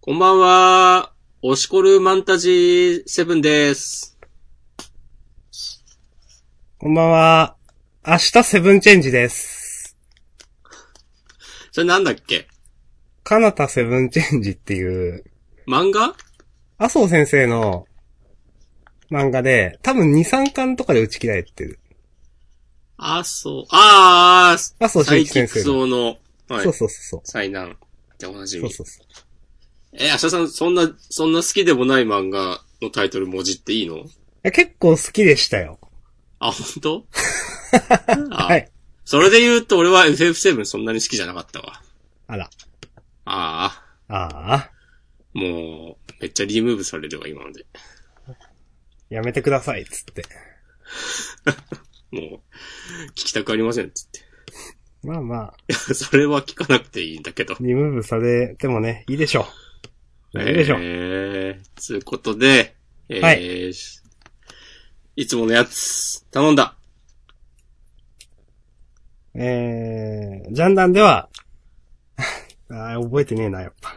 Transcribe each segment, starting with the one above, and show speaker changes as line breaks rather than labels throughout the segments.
こんばんは。オシコルマンタジーセブンです。
こんばんは。明日セブンチェンジです。
それなんだっけ
かなたセブンチェンジっていう、
漫画
麻生先生の漫画で、多分2、3巻とかで打ち切られてる。
あ、そう。あー、
麻生
サ
真
イ
一
キッ
先
ク
生
ス
の。
王の、はい
そう。そうそう
災難。でおなじ
そう。そ
み。
うそうそう。
え、明日さん、そんな、そんな好きでもない漫画のタイトル文字っていいの
いや結構好きでしたよ。
あ、本 当あ、
はい。
それで言うと俺は FF7 そんなに好きじゃなかったわ。
あら。
ああ、
ああ。
もう、めっちゃリムーブされるわ、今ので。
やめてください、つって。
もう、聞きたくありません、つって。
まあまあ、
それは聞かなくていいんだけど。
リムーブされてもね、いいでしょう。いいでしょう。
えー、つうことで、えー、
はい
つものやつ、頼んだ。
えー、ジャンダンでは、 あー覚えてねえな、やっぱ。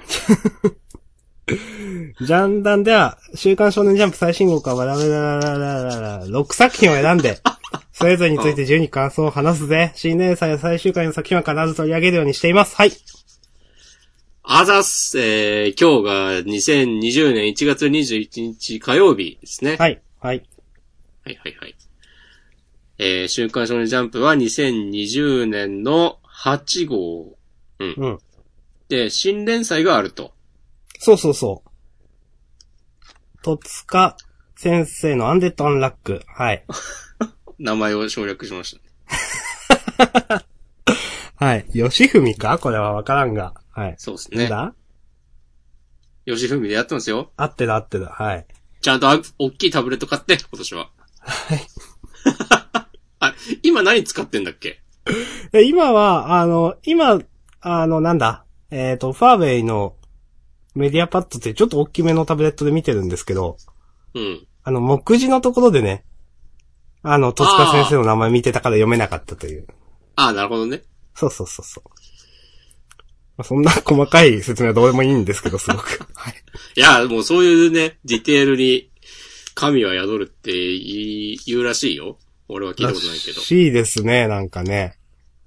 ジャンダンでは、週刊少年ジャンプ最新号からわらわらわらわらわら6作品を選んで、それぞれについて自由に感想を話すぜ。新年祭や最終回の作品は必ず取り上げるようにしています。はい。
あざっす、えー、今日が2020年1月21日火曜日ですね。
はい。はい。
はいはいはい。えー、週刊少年ジャンプは2020年の8号
うん。
で、新連載があると。
そうそうそう。戸塚先生のアンデッドアンラック。はい。
名前を省略しましたね。
はい。吉文かこれはわからんが。はい。
そうです
なん
ね。
だ
吉文でやってますよ。
合ってる合ってる。はい。
ちゃんとあ大きいタブレット買って、今年は。 はい。あ、今何使ってんだっけ
で、今は、あの、今、あの、なんだ、えっ、と、ファーウェイのメディアパッドってちょっと大きめのタブレットで見てるんですけど、
うん。
あの、目次のところでね、あの、戸塚先生の名前見てたから読めなかったという。
ああ、なるほどね。
そうそうそうそう。まあそんな細かい説明はどうでもいいんですけど、すごく。 はい。
いや、もうそういうね、ディテールに、神は宿るって言い言うらしいよ。俺は聞いたことないけど
ら。しいですね、なんかね。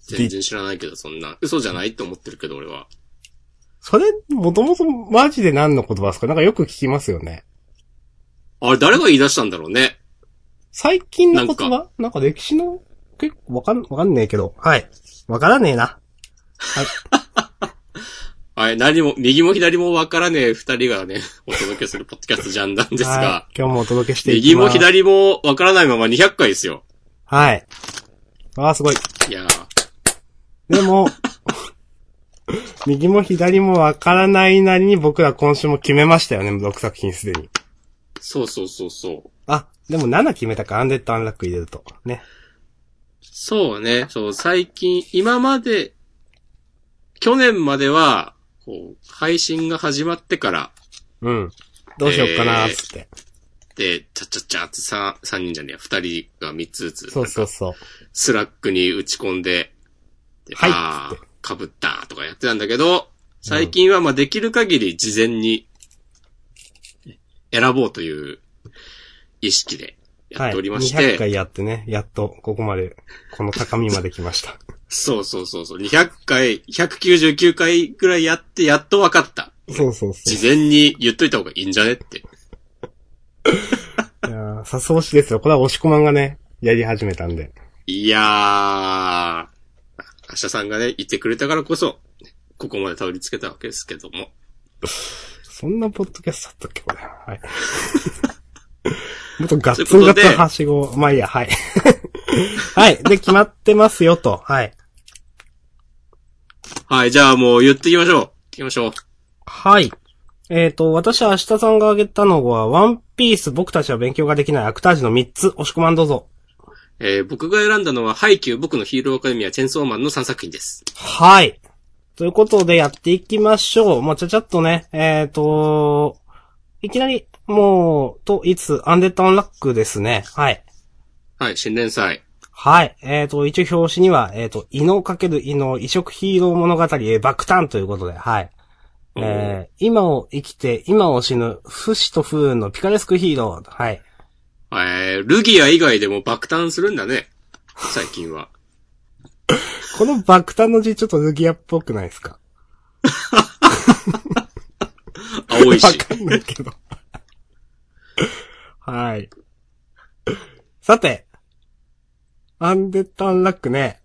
全然知らないけど、そんな。嘘じゃないって思ってるけど、俺は。
それ、もともとマジで何の言葉ですかなんかよく聞きますよね。
あれ、誰が言い出したんだろうね。
最近の言葉
な
なんんか歴史の、結構わかん、わかんねえけど。はい。わからねえな。はい。
あれ、何も、右も左もわからねえ二人がね、 お届けするポッドキャストジャンダンですが
は、い今日もお届けしてい
右
きま
も
す。
左もわからないまま200回ですよ。
はい。ああ、すごい。
いやー。
でも、 右も左もわからないなりに僕ら今週も決めましたよね、6作品すでに。
そうそうそうそう。
あ、でも7決めたか、アンデッドアンラック入れると。ね。
そうね。そう、最近、今まで、去年までは、こう、配信が始まってから、
うん。どうしようかな、
えー
つって。
で、ちゃちゃちゃってさ三人じゃねえや、二人が三つずつ、
そうそ
な
う
んか
そう。
スラックに打ち込んで、で
はい
あー、被ったとかやってたんだけど、最近はまあできる限り事前に、選ぼうという意識でやっておりまして、
はい、200回やってね、やっとここまで、この高みまで来ま した。
そうそうそうそう。200回、199回ぐらいやって、やっと分かった。
そうそうそう。
事前に言っといた方がいいんじゃねって。
いやーさすがしですよ。これは押し込まんがね、やり始めたんで。
いやー、明日さんがね、言ってくれたからこそ、ここまでたどり着けたわけですけども。
そんなポッドキャストだったっけ、これ。はい。もっとガッツンガッツンはしごを。まあいいや、はい。 はい。で、決まってますよ、と。はい。
はい、じゃあもう言っていきましょう。行きましょう。
はい。えっ、と、私は明日さんが挙げたのは、ワンピース、僕たちは勉強ができないアクタージュの3つ、押し込まんどうぞ。
えー、僕が選んだのは、ハイキュー、僕のヒーローアカデミア、チェンソーマンの3作品です。
はい。ということでやっていきましょう。もうちゃちゃっとね、えっ、と、いきなり、もう、と、いつ、アンデッドアンラックですね。はい。
はい、新連載。
はい。えっ、と、一応表紙には、えっ、と、異能かける異能、異色ヒーロー物語へ爆誕ということで、はい。
うん
えー今を生きて、今を死ぬ、不死と不運のピカレスクヒーロー。はい。
えー、ルギア以外でも爆誕するんだね。最近は。
この爆誕の字ちょっとルギアっぽくないですか
青い
わ
し。
かんないけど。 はい。さて、アンデッドアンラックね。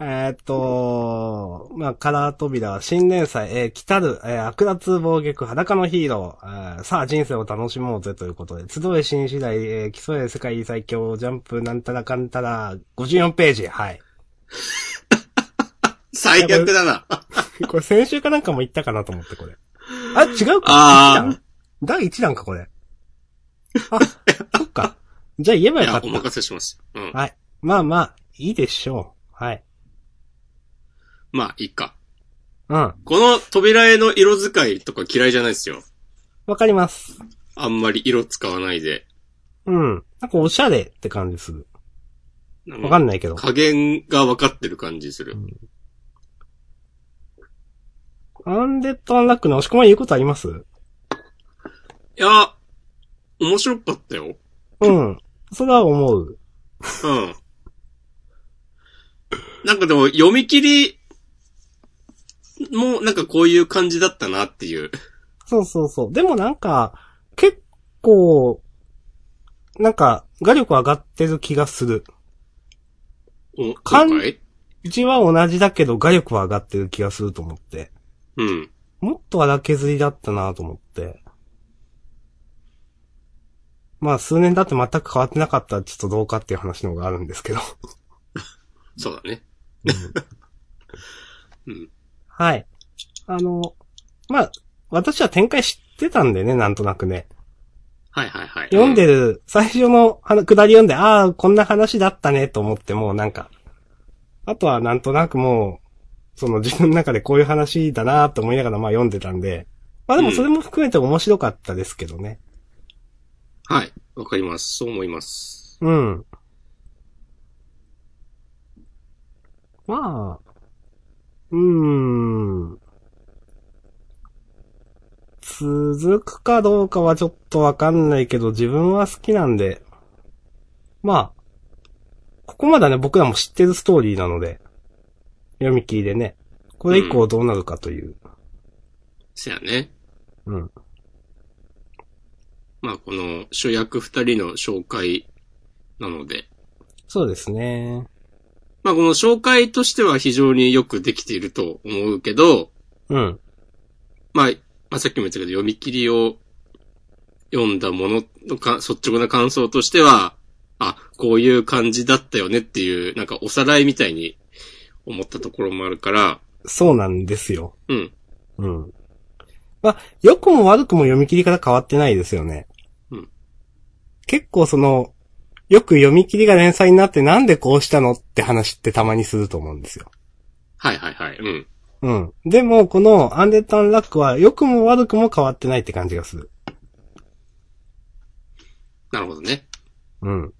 えーっと、まあ、カラー扉は新年祭、えー、来たる、えー、悪辣暴虐、裸のヒーロー、えーさあ人生を楽しもうぜということで、集え新時代、えー競え世界最強、ジャンプなんたらかんたら、54ページ、はい。
最悪だな。
これ先週かなんかも言ったかなと思って、これ。あ、違うか
あー
一弾第1弾か、これ。あ、そっか。じゃあ言えば
い
よか
や
っ、
お
た。
任せします。うん。
はい。まあまあ、いいでしょう。はい。
まあ、いいか。
うん。
この扉絵の色使いとか嫌いじゃないですよ。
わかります。
あんまり色使わないで。
うん。なんかおしゃれって感じする。
な
わかんないけど。
加減が分かってる感じする。
アンデッドアンラックの押し込ま言うことあります
いや、面白かったよ。
うん。それは思う。
うん。なんかでも読み切りもなんかこういう感じだったなっていう。
そうそうそう。でもなんか、結構、なんか、画力上がってる気がする。
お
かん
今回
うちは同じだけど画力は上がってる気がすると思って。
うん。
もっと荒削りだったなと思って。まあ数年経って全く変わってなかったらちょっとどうかっていう話の方があるんですけど。
そうだね。うん
はい。あの、まあ、私は展開知ってたんでね、なんとなくね。
はいはいはい。
読んでる、最初のはな下り読んで、ああ、こんな話だったねと思って、もうなんか、あとはなんとなくもう、その自分の中でこういう話だなと思いながらまあ読んでたんで、まあでもそれも含めて面白かったですけどね。
うん。はい。わかります。そう思います。
うん。まあ、うーん。続くかどうかはちょっとわかんないけど、自分は好きなんで。まあ、ここまではね、僕らも知ってるストーリーなので、読み切りでね、これ以降どうなるかという。
せやね。
うん。
まあこの主役二人の紹介なので。
そうですね。
まあこの紹介としては非常によくできていると思うけど、
うん。
まあ、まあさっきも言ったけど読み切りを読んだもののか率直な感想としては、あ、こういう感じだったよねっていう、なんかおさらいみたいに思ったところもあるから、
そうなんですよ。
うん、
うん。まあ、良くも悪くも読み切り方変わってないですよね。
うん。
結構その、よく読み切りが連載になってなんでこうしたのって話ってたまにすると思うんですよ。
はいはいはい、うん。
うん。でも、このアンデッド・アンラックは良くも悪くも変わってないって感じがする。
なるほどね。
うん。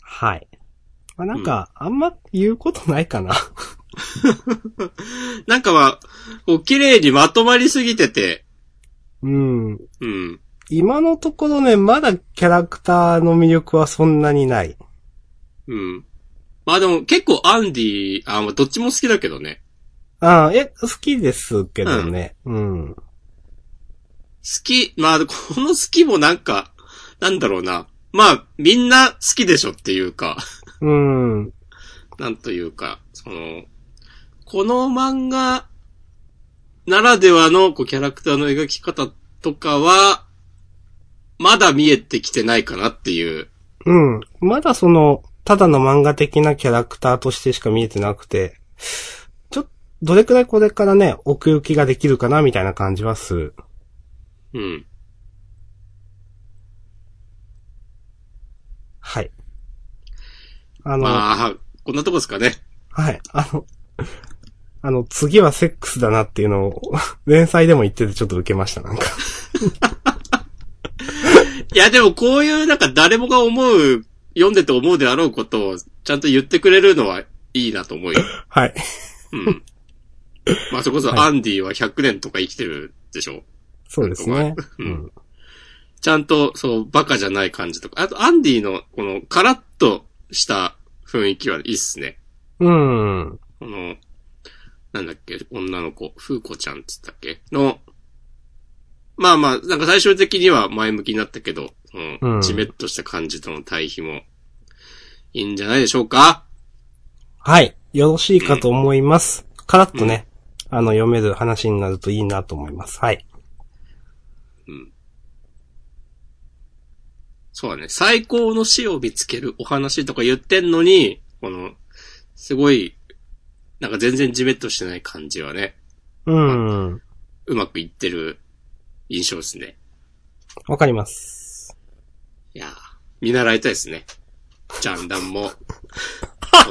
はい。まあ、なんか、あんま言うことないかな。
なんかは、こう綺麗にまとまりすぎてて、
うん。
うん。
今のところね、まだキャラクターの魅力はそんなにない。
うん。まあでも結構アンディ、あ、まあどっちも好きだけどね。
ああ、え、好きですけどね。うん。
好き、まあこの好きもなんか、なんだろうな。まあみんな好きでしょっていうか。
うん。うん。
なんというか、その、この漫画ならではのこうキャラクターの描き方とかは、まだ見えてきてないかなっていう。
まだその、ただの漫画的なキャラクターとしてしか見えてなくて、ちょっと、どれくらいこれからね、奥行きができるかな、みたいな感じはする。
うん。
はい。あの、
まあ、こんなとこですかね。
はい。あの、あの、次はセックスだなっていうのを、連載でも言っててちょっと受けました、なんか。
いや、でもこういうなんか誰もが思う、読んでて思うであろうことをちゃんと言ってくれるのはいいなと思うよ。
はい。
うん。まあ、それこそアンディは100年とか生きてるでしょ。
そうですね。
う
うんん。
ちゃんと、そう、バカじゃない感じとか。あと、アンディの、この、カラッとした雰囲気はいいっすね。
うん。
この、なんだっけ、女の子、フーコちゃんっつったっけの、まあまあ、なんか最終的には前向きになったけど、その
うん
じめっとした感じとの対比も、いいんじゃないでしょうか
はい。よろしいかと思います。カラッとね、あの、読める話になるといいなと思います。はい。
そうだね。最高の死を見つけるお話とか言ってんのに、この、すごい、なんか全然じめっとしてない感じはね、
うん。
うまくいってる印象ですね。
わかります。
いやー見習いたいですね。ジャンダンも。こ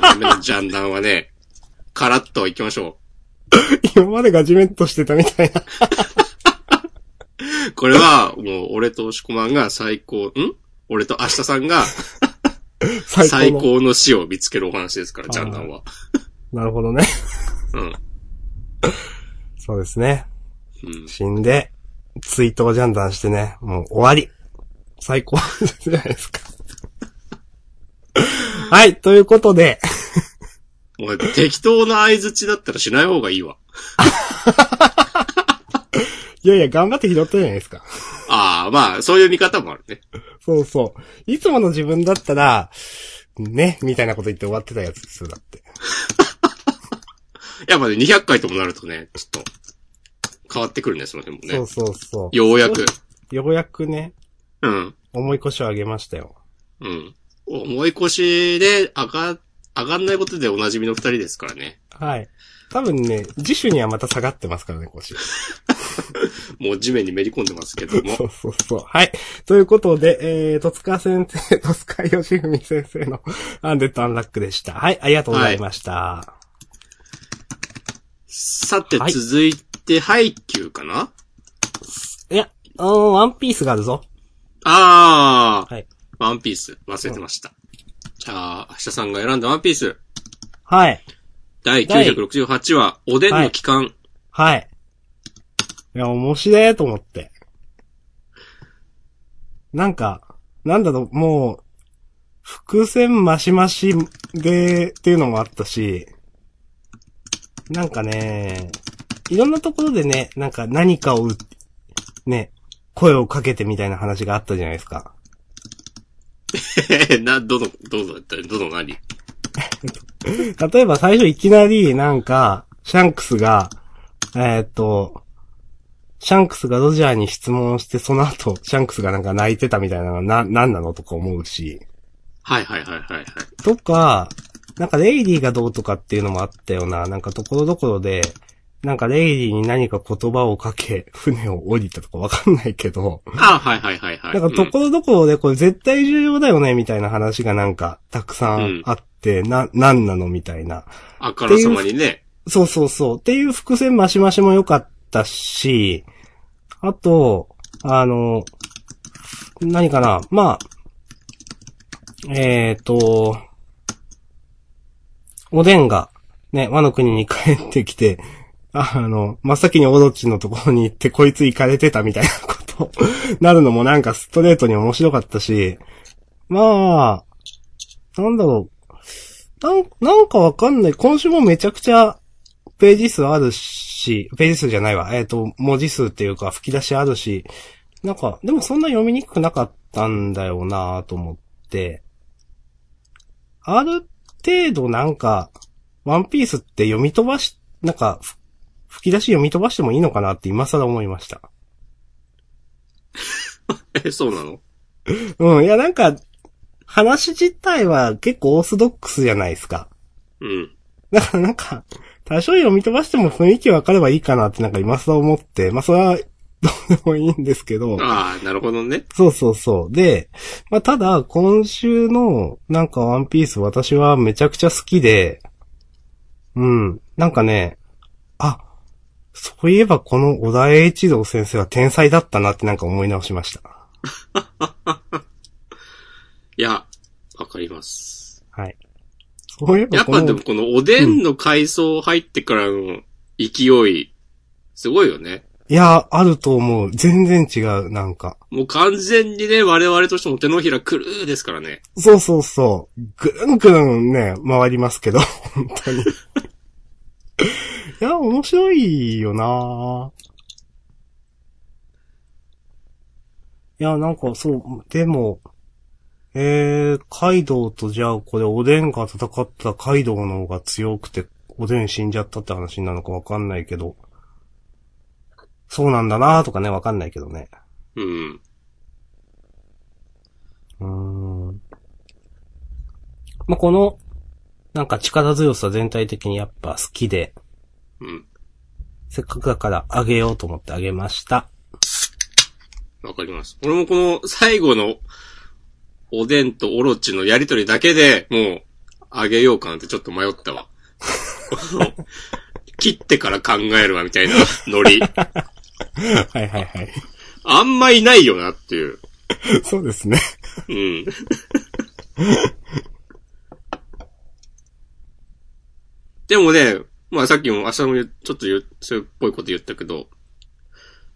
の目のジャンダンはね、カラッと行きましょ
今までがじめっとしてたみたいな。
う。これは、もう、俺と押し込まんが最高、ん俺と明日さんが
最
最
高の。
高の死を見つけるお話ですから、ジャンダンは。
なるほどね。
うん。
そうですね。
うん。
死んで、追悼ジャンダンしてね、もう終わり。最高 じゃないです か。はい、ということで、
もう適当な合図だったらしない方がいいわ。
いやいや、頑張って拾ったじゃないですか。
ああ、まあ、そういう見方もあるね。
そうそう。いつもの自分だったら、ね、みたいなこと言って終わってたやつですよ、だって。
やっぱね、200回ともなるとね、ちょっと、変わってくるね、その辺もね
そう。そうそう。
ようやく。
ようやくね、
うん。
重い腰を上げましたよ。
うん。思い越しで上が、上がんないことでおなじみの二人ですからね。
はい。多分ね、次週にはまた下がってますからね、腰。
もう地面にめり込んでますけども
そ。うそうそう。はい。ということで、えー、戸塚先生、 戸塚義文先生のアンデッドアンラックでした。はい、ありがとうございました。
さて、
はい、
続いて、ハイキューかない
や、あーワンピースがあるぞ。
あー、
はい。
ワンピース。忘れてました。じゃあ、明日さんが選んだワンピース。
はい。
第968話、おでんの期間。
はい。いや、面白いと思って。なんか、なんだろう、もう、伏線マシマシで、っていうのもあったし、なんかね、いろんなところでね、なんか何かをう、ね、声をかけてみたいな話があったじゃないですか。
な、どの、どの、どの何
例えば最初いきなり、なんか、シャンクスが、えーっと、シャンクスがロジャーに質問をして、その後、シャンクスがなんか泣いてたみたいなのがな、なんなのとか思うし、
はいはいはいはいはい。
とか、なんかレイディーがどうとかっていうのもあったような、なんかところどころで、なんかレイディーに何か言葉をかけ、船を降りたとかわかんないけど、
あーはいはいはいはい。
なんかところどころでこれ絶対重要だよね、みたいな話がなんか、たくさんあって、な、なんなのみたいな。
うんあからさまにね。
そうそうそう。っていう伏線マシマシも良かったし、あと、あの、何かな、まあ、えっ、と、おでんが、ね、和の国に帰ってきて、あの、真っ先にオロチのところに行って、こいつ行かれてたみたいなこと、なるのもなんかストレートに面白かったし、まあ、なんだろう、なん、なんかわかんない。今週もめちゃくちゃ、ページ数あるし、ページ数じゃないわ。えっ、と、文字数っていうか、吹き出しあるし、なんか、でもそんな読みにくくなかったんだよなぁと思って、ある程度なんか、ワンピースって読み飛ばし、なんか、ふ吹き出し読み飛ばしてもいいのかなって今更思いました。
え、そうなの
うん、いやなんか、話自体は結構オーソドックスじゃないですか。
うん。
だからなんか、多少読み飛ばしても雰囲気わかればいいかなってなんか今更思って、まあそれは どうでもいいんですけど、
ああ、なるほどね。
そうそうそう。で、まあただ今週のなんかワンピース私はめちゃくちゃ好きで、うん、なんかね、あ、そういえばこの小田栄一郎先生は天才だったなってなんか思い直しました。
いや、わかります。
はい。そういえば
やっ
この
ぱでもこのおでんの階層入ってからの勢い、すごいよね。
いや、あると思う。全然違う、なんか。
もう完全にね、我々としても手のひらくるーですからね。
そうそうそう。ぐるんぐるんね、回りますけど、 本当に。いや、面白いよなぁいや、なんかそう、でも、えー、カイドウとじゃあこれおでんが戦ったカイドウの方が強くて、おでん死んじゃったって話になるのかわかんないけど、そうなんだなぁとかね、わかんないけどね。
うん。
うーんまあ、この、なんか力強さ全体的にやっぱ好きで、
うん。
せっかくだからあげようと思ってあげました。
わかります。俺もこの最後のおでんとオロチのやりとりだけでもうあげようかなんてちょっと迷ったわ。 この切ってから考えるわみたいなノリ。
はいはいはい。
あんまいないよなっていう。
そうですね。
うん。 でもね、まあさっきも明日も言うちょっと言う、それっぽいこと言ったけど、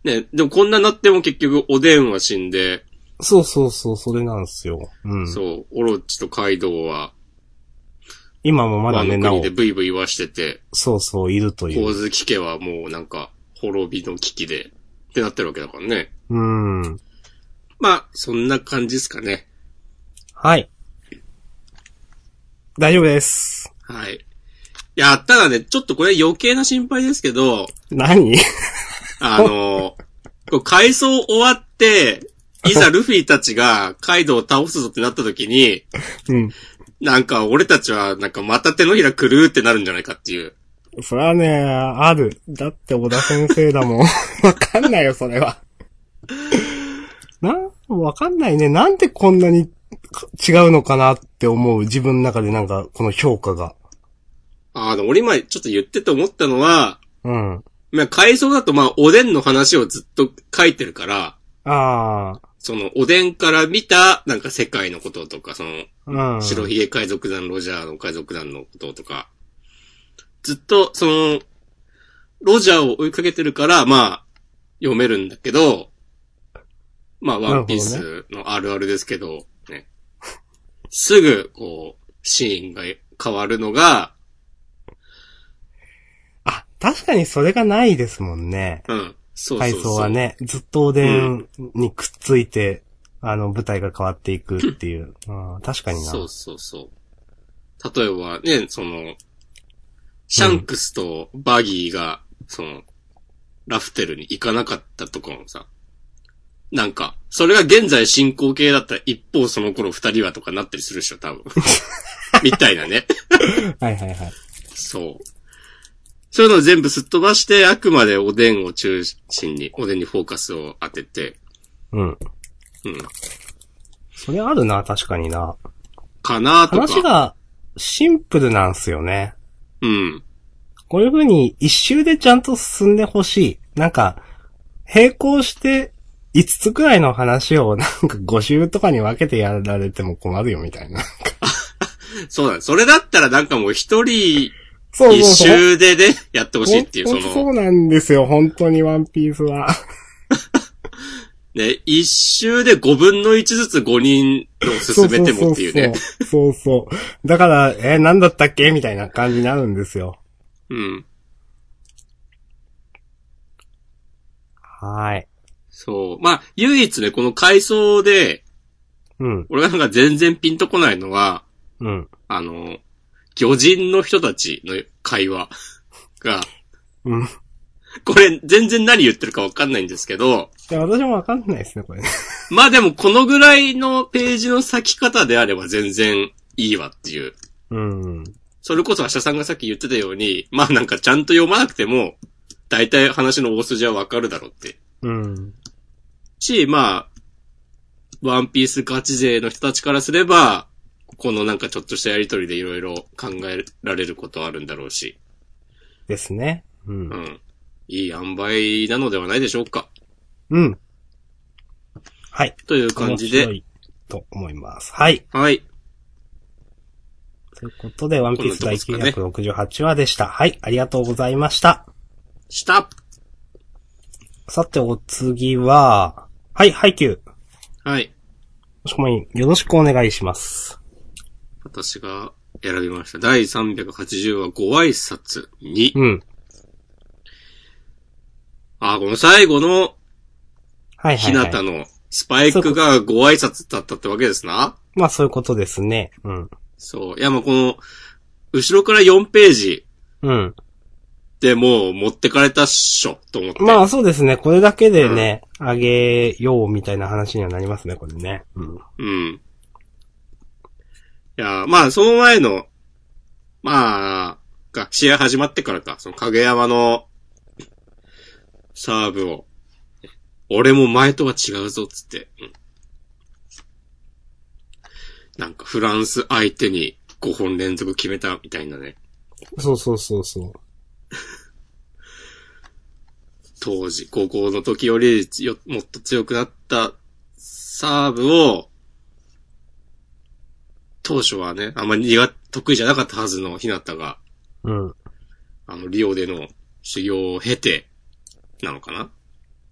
ね、でもこんななっても結局おでんは死んで、
そうそうそう、それなんですよ。うん。
そう、オロチとカイドウは、
今もまだね、
ワ
な
の
お
国で、ブイブイ言わしてて、
そうそう、いるとい
光
う。
月家はもうなんか、滅びの危機で、ってなってるわけだからね。
うん。
まあ、そんな感じですかね。
はい。大丈夫です。
はい。いや、ただね、ちょっとこれ余計な心配ですけど、
何
あの、こう回想終わって、いざルフィたちがカイドウを倒すぞってなった時に、
うん。
なんか俺たちはなんかまた手のひら狂うってなるんじゃないかっていう。
それはね、ある。だって小田先生だもん。 わかんないよ、それは。な、わかんないね。なんでこんなにか違うのかなって思う。自分の中でなんか、この評価が。
あの、俺今ちょっと言ってて思ったのは、
うん。あ
まあ、回想だとまあ、おでんの話をずっと書いてるから、
あ
その、おでんから見た、なんか世界のこととか、その、
ー。うん。
白ひげ海賊団、ロジャーの海賊団のこととか、ずっと、その、ロジャーを追いかけてるから、まあ、読めるんだけど、まあ、ワンピースのあるあるですけど、ね。すぐ、こう、シーンが変わるのが、
あ、確かにそれがないですもんね。
うん、そうそう
回
そう。
想は。ね、ずっとおでんにくっついて、あの、舞台が変わっていくっていう。うん、確かにな。
そうそうそう。例えばね、その、シャンクスとバギーが、その、ラフテルに行かなかったとかもさ、なんか、それが現在進行形だったら一方その頃二人はとかなったりするでしょ、多 分。みたいなね。
はいはいはい。
そう。そういうのを全部すっ飛ばして、あくまでおでんを中心に、おでんにフォーカスを当てて、
うん。
うん。
それあるな、確かにな。
かなとか。
話がシンプルなんすよね。
うん。
こういう風に一周でちゃんと進んでほしい。なんか、並行して5つくらいの話をなんか5周とかに分けてやられても困るよみたいな。
そうだね。それだったらなんかもう一人
そう
一
そうそう。
周でね、やってほしいっていう、そ
ほんとそ
の、
うなんですよ、本当にワンピースは。
ね、一周で5分の1ずつ5人を進めてもっていうね。
そうそうそう。そうそう。だから、えー、なんだったっけみたいな感じになるんですよ。
うん。
はい。
そう。まあ、唯一ね、この回想で、
うん、
俺がなんか全然ピンとこないのは、
うん、
あの、魚人の人たちの会話 が、
うん。い
これ全然何言ってるかわかんないんですけど、
や、私もわかんないですね、これ。
まあでもこのぐらいのページの咲き方であれば全然いいわっていう。
うん。
それこそ明日さんがさっき言ってたように、まあなんかちゃんと読まなくても、大体話の大筋はわかるだろうって。
うん。
し、まあ、ワンピースガチ勢の人たちからすれば、このなんかちょっとしたやりとりでいろいろ考えられることあるんだろうし、
ですね。うん
う。ん。いい塩梅なのではないでしょうか。
うん。はい。
という感じ
面白
で、
いと思います。はい。
はい。
ということで、ワンピース
こんな
第
とこですか
968話でした。はい、ありがとうございました。
した
さて、お次は、はい、ハイキュー。
はい。
もしもいいよろしくお願いします。
私が選びました。第380話、ご挨拶2。
うん。
あ、この最後の、
はいは
ひ
い、は。
ないたの、スパイクがご挨拶だったってわけですな。
まあ、そういうことですね。うん。
そう。いや、もうこの、後ろから4ページ
うん。
でもう持ってかれたっしょ、と思って。
まあ、そうですね。これだけでね、あ、げようみたいな話にはなりますね、これね。うん。
うん。いや、まあ、その前の、まあ、が、試合始まってからか、その影山の、サーブを、俺も前とは違うぞ、つって、うんなんか、フランス相手に5本連続決めた、みたいなね、
そうそうそうそう。
当時、高校の時よりよ、もっと強くなったサーブを、当初はね、あんまり苦得意じゃなかったはずの日向が、
うん。
あの、リオでの修行を経て、なのかな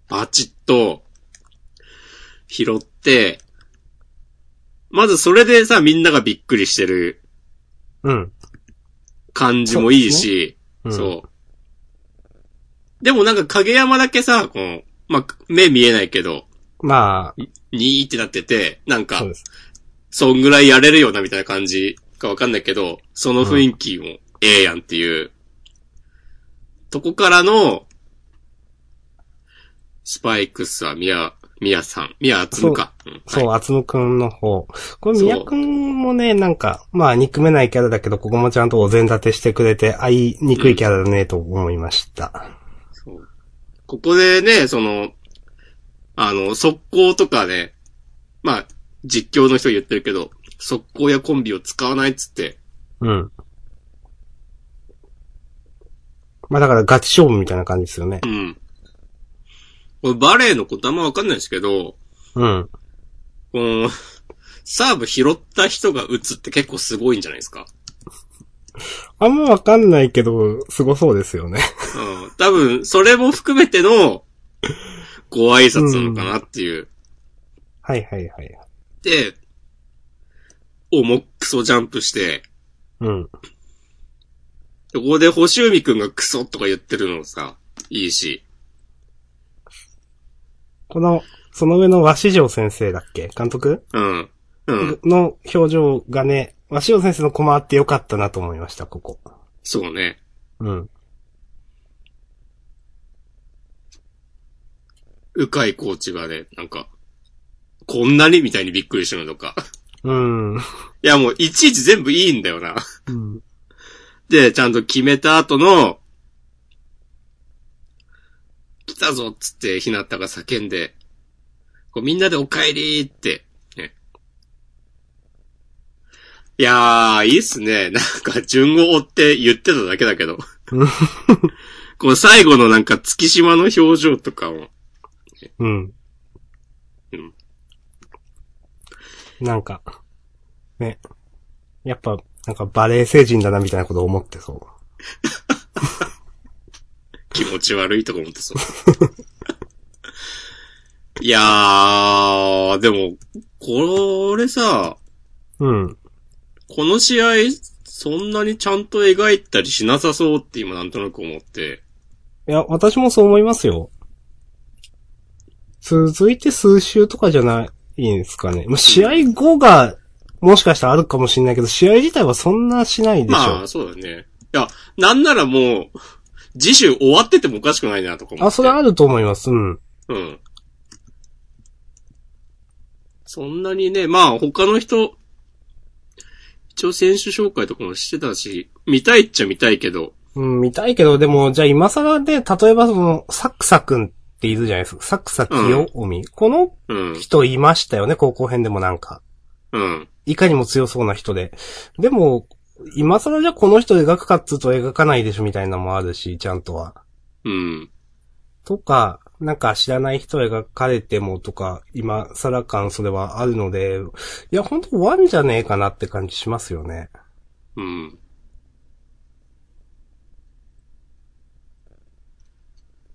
バチッと、拾って、まずそれでさ、みんながびっくりしてる
うん。
感じもいいし、
うん、
そう。でもなんか影山だけさ、この、まあ、目見えないけど、
う。ま
にーってなってて、なん
あ、
か
そう、です。
そんぐらいやれるよなみたいな感じかわかんないけど、その雰囲気もええやんっていう、とこからの、スパイクスはミヤ、ミヤさん、ミヤつむか。うんはい
そう、厚むくんの方。これ、
そう
宮くんもね、なんか、まあ、憎めないキャラだけど、ここもちゃんとお膳立てしてくれて、会いにくいキャラだね、と思いました。
そうここでね、その、あの、速攻とかね、まあ、実況の人言ってるけど、速攻やコンビを使わないっつって、
うん。まあ、だから、ガチ勝負みたいな感じですよね
う。ん。これバレーのことあんまわかんないですけど、
うん。
この、サーブ拾った人が打つって結構すごいんじゃないですか。
あんまわかんないけど、凄そうですよね。
うん。多分、それも含めての、ご挨拶なのかなっていう。
はいはいはい。
で、重くそジャンプして、
うん。
ここで星海くんがクソとか言ってるのもさ、いいし。
この、その上の和紙城先生だっけ監督、
うん。うん。
の表情がね、和紙城先生のコマあってよかったなと思いました、ここ。
そうね。
うん。
うかいコーチがね、なんか、こんなにみたいにびっくりしてるのとか。
うん。
いやもう、いちいち全部いいんだよな。
うん。
で、ちゃんと決めた後の、来たぞっつって、ひなたが叫んで、こうみんなでお帰りって、ね。いやー、いいっすね。 なんか、順を追って言ってただけだけど
うん。
この最後のなんか、月島の表情とかも、
うん。
うん
なんか、ね。やっぱ、なんかバレエ星人だなみたいなこと思ってそ
気持ち悪いとか思ってそう。いやー、でも、これさ、
う。うん。
この試合、そんなにちゃんと描いたりしなさそうって今なんとなく思って。
いや、私もそう思いますよ。続いて数週とかじゃないんですかね。まあ、試合後が、もしかしたらあるかもしれないけど、試合自体はそんなしないでしょ。
まあ、そうだね。いや、なんならもう、次週終わっててもおかしくないなとか思って。
あ、それあると思います。うん。
うん。そんなにね、まあ他の人、一応選手紹介とかもしてたし、見たいっちゃ見たいけど、
うん、見たいけど、でも、じゃあ今更で、例えばその、サクサくんっているじゃないですか。サクサキヨオミ。この
うん、
人いましたよね、高校編でもなんか。
うん。
いかにも強そうな人で。でも、今更じゃあこの人描くかっつうと描かないでしょみたいなのもあるし、ちゃんとは。
うん。
とか、なんか知らない人描かれてもとか、今更感それはあるので、いや、ほんとワンじゃねえかなって感じしますよね。
うん。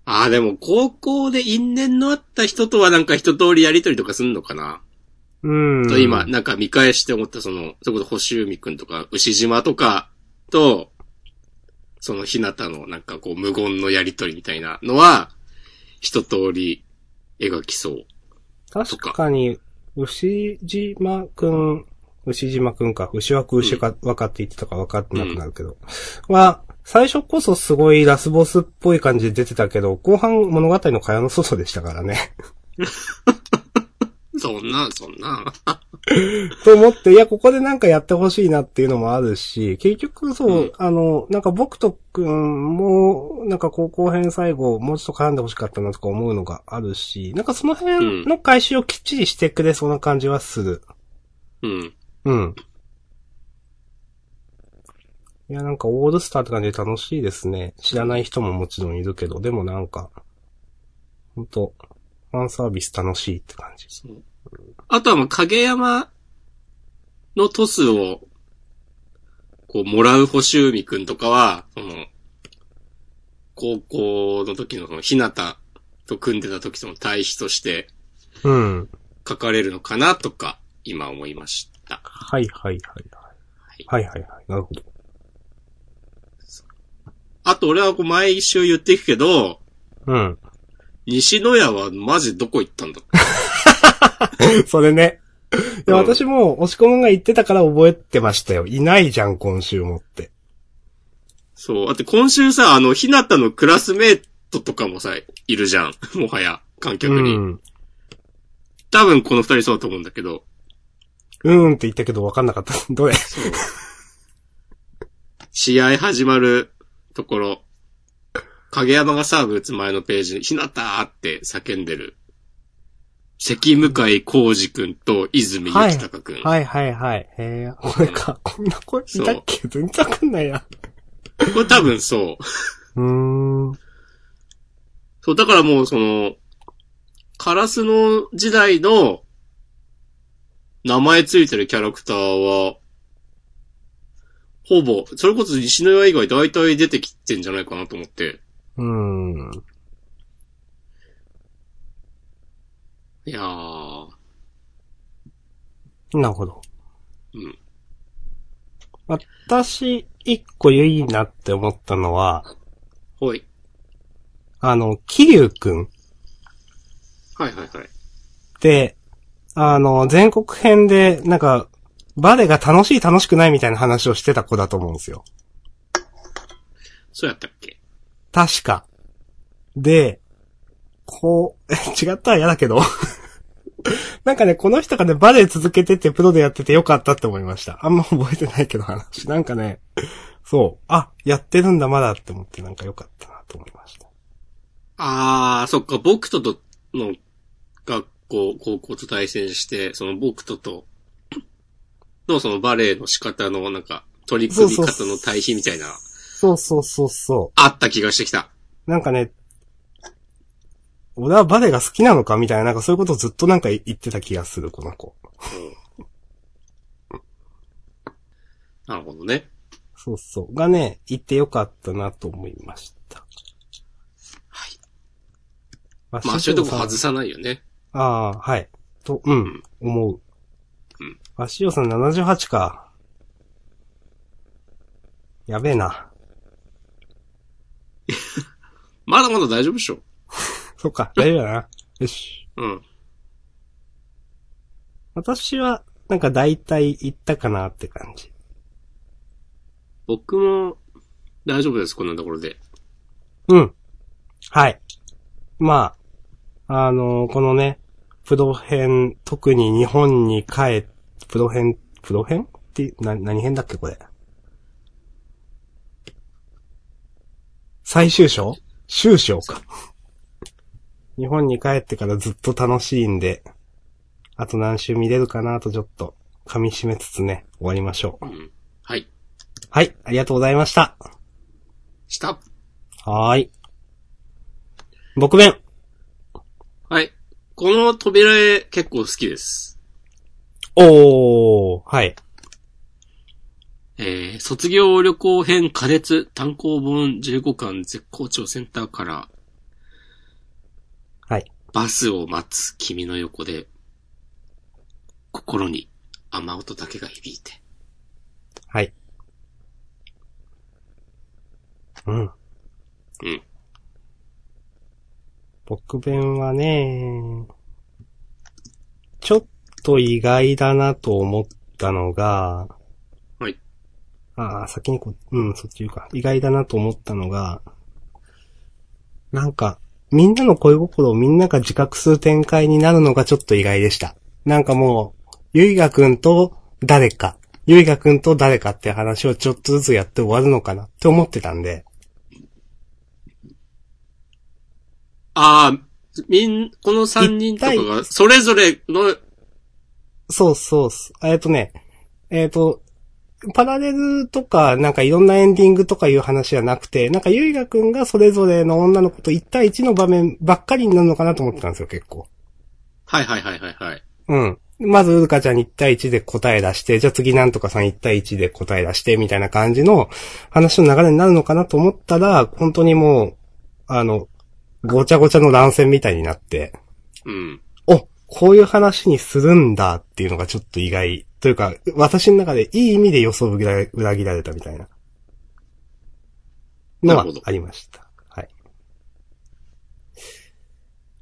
ああ、でも高校で因縁のあった人とはなんか一通りやりとりとかすんのかな、
うん。
と今、なんか見返して思ったその、それこそ星海くんとか牛島とかと、その日向のなんかこう無言のやりとりみたいなのは、一通り描きそう。
確かに、牛島くん、牛島くんか、牛枠牛か、分かって言ってたか分かってなくなるけど、は、最初こそすごいラスボスっぽい感じで出てたけど、後半物語の蚊帳の外でしたからね。
そんな、そんな。
と思って、いや、ここでなんかやってほしいなっていうのもあるし、結局そう、
うん
あの、なんか僕とくんも、なんか高校編最後、もうちょっと絡んでほしかったなとか思うのがあるし、なんかその辺の回収をきっちりしてくれそうな感じはする。
うん。
うん。いや、なんかオールスターって感じで楽しいですね。知らない人ももちろんいるけど、でもなんか、ほんと、ファンサービス楽しいって感じ。
そうあとはまあ、影山のトスを、こう、もらう星海くんとかは、その、高校の時のその、ひなたと組んでた時との対比として
うん。
書かれるのかなとか、今思いました。
はいはいはいはい。はいはいはい。なるほど。
あと俺はこう、毎週言っていくけど、
うん。
西野屋はマジどこ行ったんだ
それね。いや、
うん
私も、押し込むが言ってたから覚えてましたよ。いないじゃん、今週もって。
そう。だって今週さ、あの、ひなたのクラスメイトとかもさ、いるじゃん。 もはや、観客に。
うん。
多分この二人そうだと思うんだけど。
うーんって言ったけど分かんなかった。 どれ
そう。試合始まるところ、影山がサーブ打つ前のページに、ひなたーって叫んでる。関向井浩二くんと泉幸隆くん。
はいはいはい。えー、これか。こんな声いたっけ全然わかんないや。
これ多分そう。
うーん。
そう、だからもうその、カラスの時代の名前ついてるキャラクターは、ほぼ、それこそ西野屋以外大体出てきてんじゃないかなと思って。
うーん。
いやー、
なるほど。
うん。
私、一個いいなって思ったのは、
ほい。
あの、桐生くんっ
はいはいはい。
て、あの、全国編で、なんか、バレエが楽しい楽しくないみたいな話をしてた子だと思うんですよ。
そうやったっけ
確か。で、こう、 え違ったら嫌だけど。 なんかね、この人がね、バレエ続けててプロでやっててよかったって思いました。あんま覚えてないけど話。なんかね、そう、あ、やってるんだまだって思ってなんかよかったなと思いました。
あー、そっか、僕ととの学校、高校と対戦して、その僕ととのそのバレエの仕方のなんか、取り組み方の対比みたいな、
そうそうそうそ
あった気がしてきた。
う。なんかね、俺はバレエが好きなのかみたいな、なんかそういうことをずっとなんか言ってた気がする、この子。
なるほどね。
そうそう。がね、言ってよかったなと思いました。
はい。
ま
まあ、そういうとこ外さないよね。
ああ、はい。と、うん、思う。
うん。
あ、しおさん78か。やべえな。
まだまだ大丈夫でしょ。
そっか、大丈夫だな。よし。
うん。
私は、なんか大体行ったかなって感じ。
僕も大丈夫です、こんなところで。
うん。はい。まあ、あのーこのね、プロ編、特に日本に帰、プロ編、プロ編って、な、何編だっけこれ。最終章終章か。日本に帰ってからずっと楽しいんで、あと何週見れるかなとちょっと、噛み締めつつね、終わりましょう
う。ん。はい。
はい、ありがとうございました。
した。
はーい。僕弁
はい。この扉絵結構好きです。
おー、はい。
えー、卒業旅行編過熱単行本15巻絶好調センターから、
はい。
バスを待つ君の横で、心に雨音だけが響いて。
はい。うん。
うん。
僕弁はね、ちょっと意外だなと思ったのが、
はい。
ああ、先にこう、うん、そっち言うか。意外だなと思ったのが、なんか、みんなの恋心をみんなが自覚する展開になるのがちょっと意外でした。なんかもう、ゆいがくんと誰か、ゆいがくんと誰かって話をちょっとずつやって終わるのかなって思ってたんで、
ああ、みん、この3人とか
一
が、それぞれの、
そうそうそう。えっとね、えっ、と、パラレルとか、なんかいろんなエンディングとかいう話じゃなくて、なんかゆいがくんがそれぞれの女の子と1対1の場面ばっかりになるのかなと思ってたんですよ、結構。
はいはいはいはいはい。
うん。まず、うるかちゃんに1対1で答え出して、じゃあ次なんとかさん1対1で答え出して、みたいな感じの話の流れになるのかなと思ったら、本当にもう、あの、ごちゃごちゃの乱戦みたいになって、
うん。
お、こういう話にするんだっていうのがちょっと意外。というか、私の中でいい意味で予想を裏切ら裏切られたみたいな。
な
のは
るほど
ありました。はい。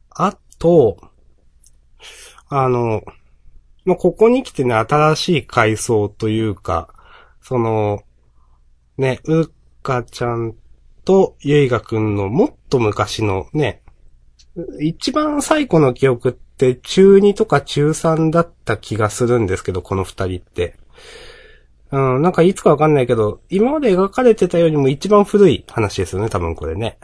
あと、あの、まあ、ここに来てね、新しい階層というか、その、ね、うっかちゃんとゆいがくんのもっと昔のね、一番最古の記憶って中2とか中3だった気がするんですけど、この二人って。うん、なんかいつかわかんないけど、今まで描かれてたよりも一番古い話ですよね、多分これね。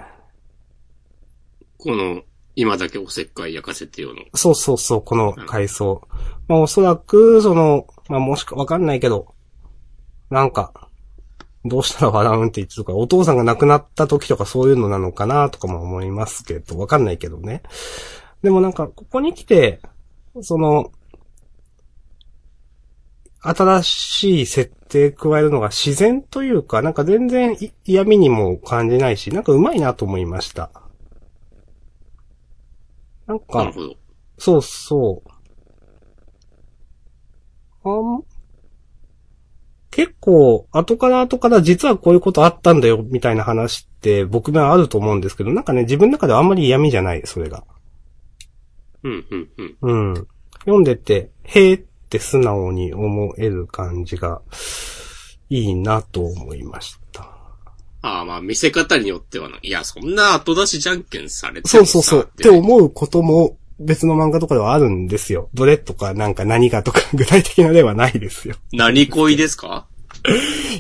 この、今だけおせっかい焼かせてよの。
そうそうそう、この階層。まあおそらく、その、まあもしかわかんないけど、なんか、どうしたら笑うんって言ってとか、お父さんが亡くなった時とかそういうのなのかなとかも思いますけど、わかんないけどね。でもなんか、ここに来て、その、新しい設定加えるのが自然というか、なんか全然い嫌味にも感じないし、なんかうまいなと思いました。なんか、
なるほど。
そうそう。あん、結構、後から後から実はこういうことあったんだよ、みたいな話って、僕面あると思うんですけど、なんかね、自分の中ではあんまり嫌味じゃない、それが。
うん、うん、うん。
うん。読んでて、へーって素直に思える感じが、いいなと思いました。
ああ、まあ、見せ方によってはな、いや、そんな後出しじゃんけんされてもさ
そう そうそう。
っ
って
てね
思うことも、別の漫画とかではあるんですよ。どれとか、なんか何がとか、具体的な例はないですよ。
何恋ですか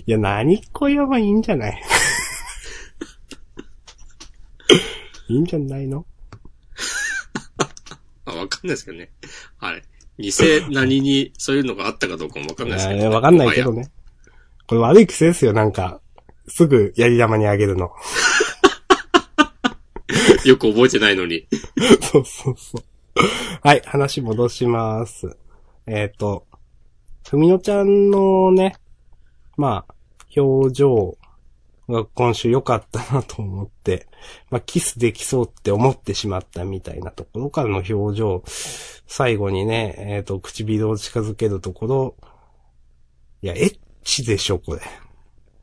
いや、何恋はまあいいんじゃない いいんじゃないの
あ、わかんないですけどね。あれ。偽何に、そういうのがあったかどうかもわかんないですけ
い
ど、
やわかんないけど
も
ね。これ悪い癖ですよ、なんか。すぐやり玉にあげるの。
はや。よく覚えてないのに。
そうそうそう。はい、話戻します。えっ、と、ふみのちゃんのね、まあ、表情が今週良かったなと思って、まあ、キスできそうって思ってしまったみたいなところからの表情、最後にね、えっ、と、唇を近づけるところ、いや、エッチでしょ、これ。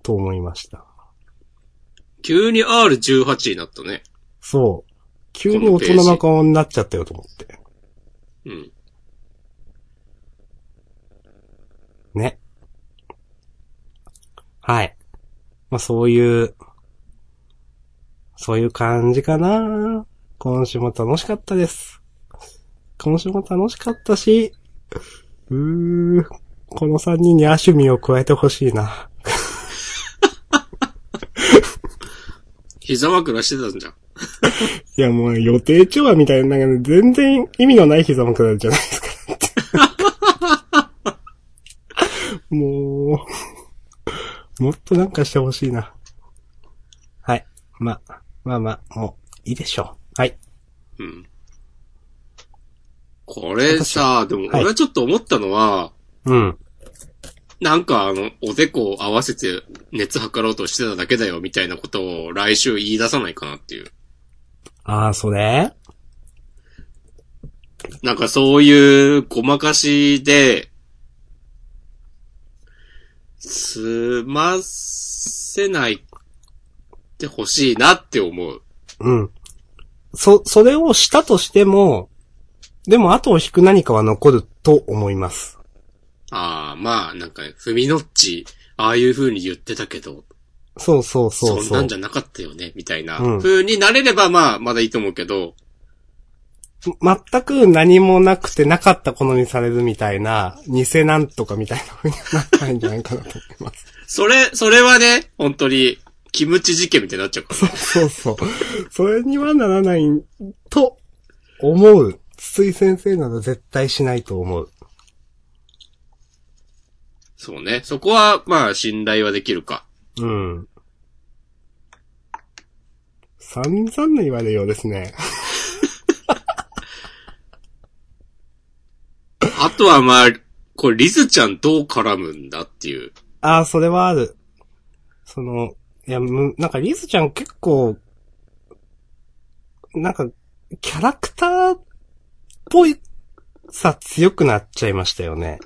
と思いました。
急に R18 になったね。
そう。急に大人の顔になっちゃったよと思って。
うん。
ね。はい。まあ、そういう、そういう感じかな。今週も楽しかったです。今週も楽しかったし、うー、この3人にアシュミを加えてほしいな。
膝枕してたんじゃん。
いや、もう予定調和みたいな、なんか全然意味のない膝枕じゃないですか。もう、もっとなんかしてほしいな。はい。ま、あまあまあ、もう、いいでしょう。はい。
うん。これさ、でも俺はちょっと思ったのは、
うん。
なんかあの、おでこを合わせて熱測ろうとしてただけだよ、みたいなことを来週言い出さないかなっていう。
ああ、それ
なんかそういうごまかしで、済ませないってほしいなって思う。
うん。そ、それをしたとしても、でも後を引く何かは残ると思います。
ああ、まあ、なんか、ふみのっち、ああいう風に言ってたけど、
そうそう
そ
そ
ん
うそう。
なんじゃなかったよね、みたいな
うん
風になれれば、まあ、まだいいと思うけど、
全く何もなくてなかった好みされるみたいな、偽なんとかみたいな風にならないんじゃないかなと思います。
それ、それはね、本当に、キムチ事件みたいになっちゃうから、ね。
そうそう。それにはならない、と、思う。筒井先生なら絶対しないと思う。
そうね。そこは、まあ、信頼はできるか。
うん。散々な言われようですね。
あとはまあ、これ、リズちゃんどう絡むんだっていう。
ああ、それはある。その、いや、む、なんかリズちゃん結構、なんか、キャラクターっぽいさ強くなっちゃいましたよね。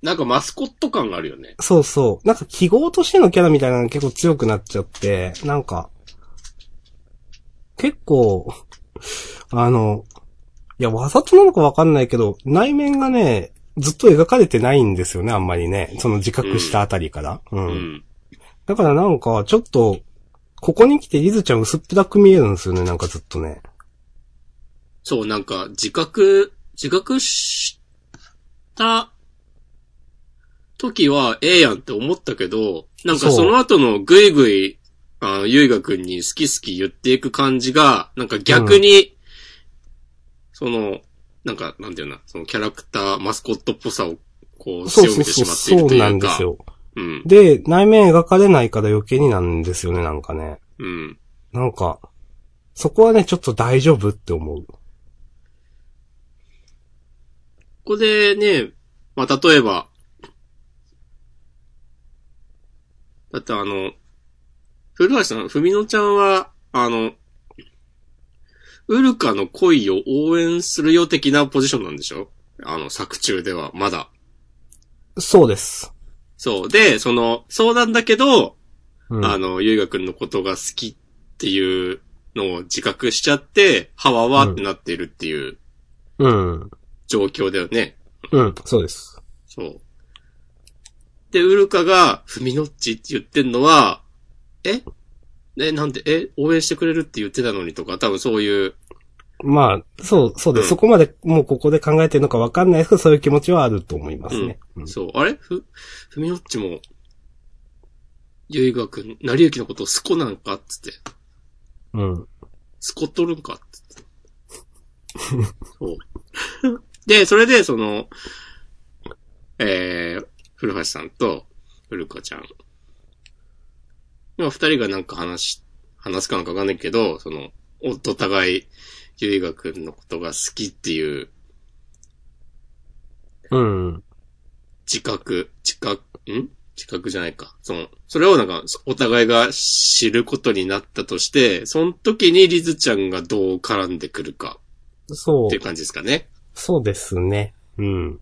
なんかマスコット感があるよね。
そうそう。なんか記号としてのキャラみたいなのが結構強くなっちゃって、なんか、結構、あの、いや、わざとなのかわかんないけど、内面がね、ずっと描かれてないんですよね、あんまりね。その自覚したあたりから。う。
うんん。
だからなんか、ちょっと、ここに来てリズちゃん薄っぺらく見えるんですよね、なんかずっとね。
そう、なんか、自覚、自覚した時は、ええやんって思ったけど、なんか
そう
その後のぐいぐい、あの、ゆいがくんに好き好き言っていく感じが、なんか逆に、その、なんか、なんていうのかな、そのキャラクター、マスコットっぽさを、こう、
そう
強め
そう
て
そ
し
う、
まっている
そ
と
う
い
なん
う
で
か
す。よ。
うん。
で、内面描かれないから余計になんですよね、なんかね。
うん。
なんか、そこはね、ちょっと大丈夫って思う。
ここでね、まあ、例えば、だってあの、古橋さん、ふみのちゃんは、あの、ウルカの恋を応援するよ的なポジションなんでしょあの、作中では、まだ。
そうです。
そう。で、その、そうなんだけど、
うん。
あの、ゆいがくんのことが好きっていうのを自覚しちゃって、はわわってなっているっていう
うん。
状況だよね。
うん、そうです。
そう。で、ウルカが、ふみのっちって言ってんのは、ええ、なんで、え、応援してくれるって言ってたのにとか、多分そういう、
まあ、そう、そうです。
うん
そこまで、もうここで考えてるのかわかんないですけど、そういう気持ちはあると思いますね。うん
そう、あれふ、ふみのっちも、ゆいがくん、なりゆきのことをスコなんかっつって、
うん。
スコっとるんかっつって。そう。で、それで、その、えー、古橋さんと、古川ちゃん。まあ、二人がなんか話し、話すかなんかわかんないけど、その、お、お互い、ゆいがくんのことが好きっていう
うん。
自覚、自覚、ん自覚じゃないか。その、それをなんか、お互いが知ることになったとして、その時にリズちゃんがどう絡んでくるか
そ
っていう
う、
感じですかね。
そうですね。うん。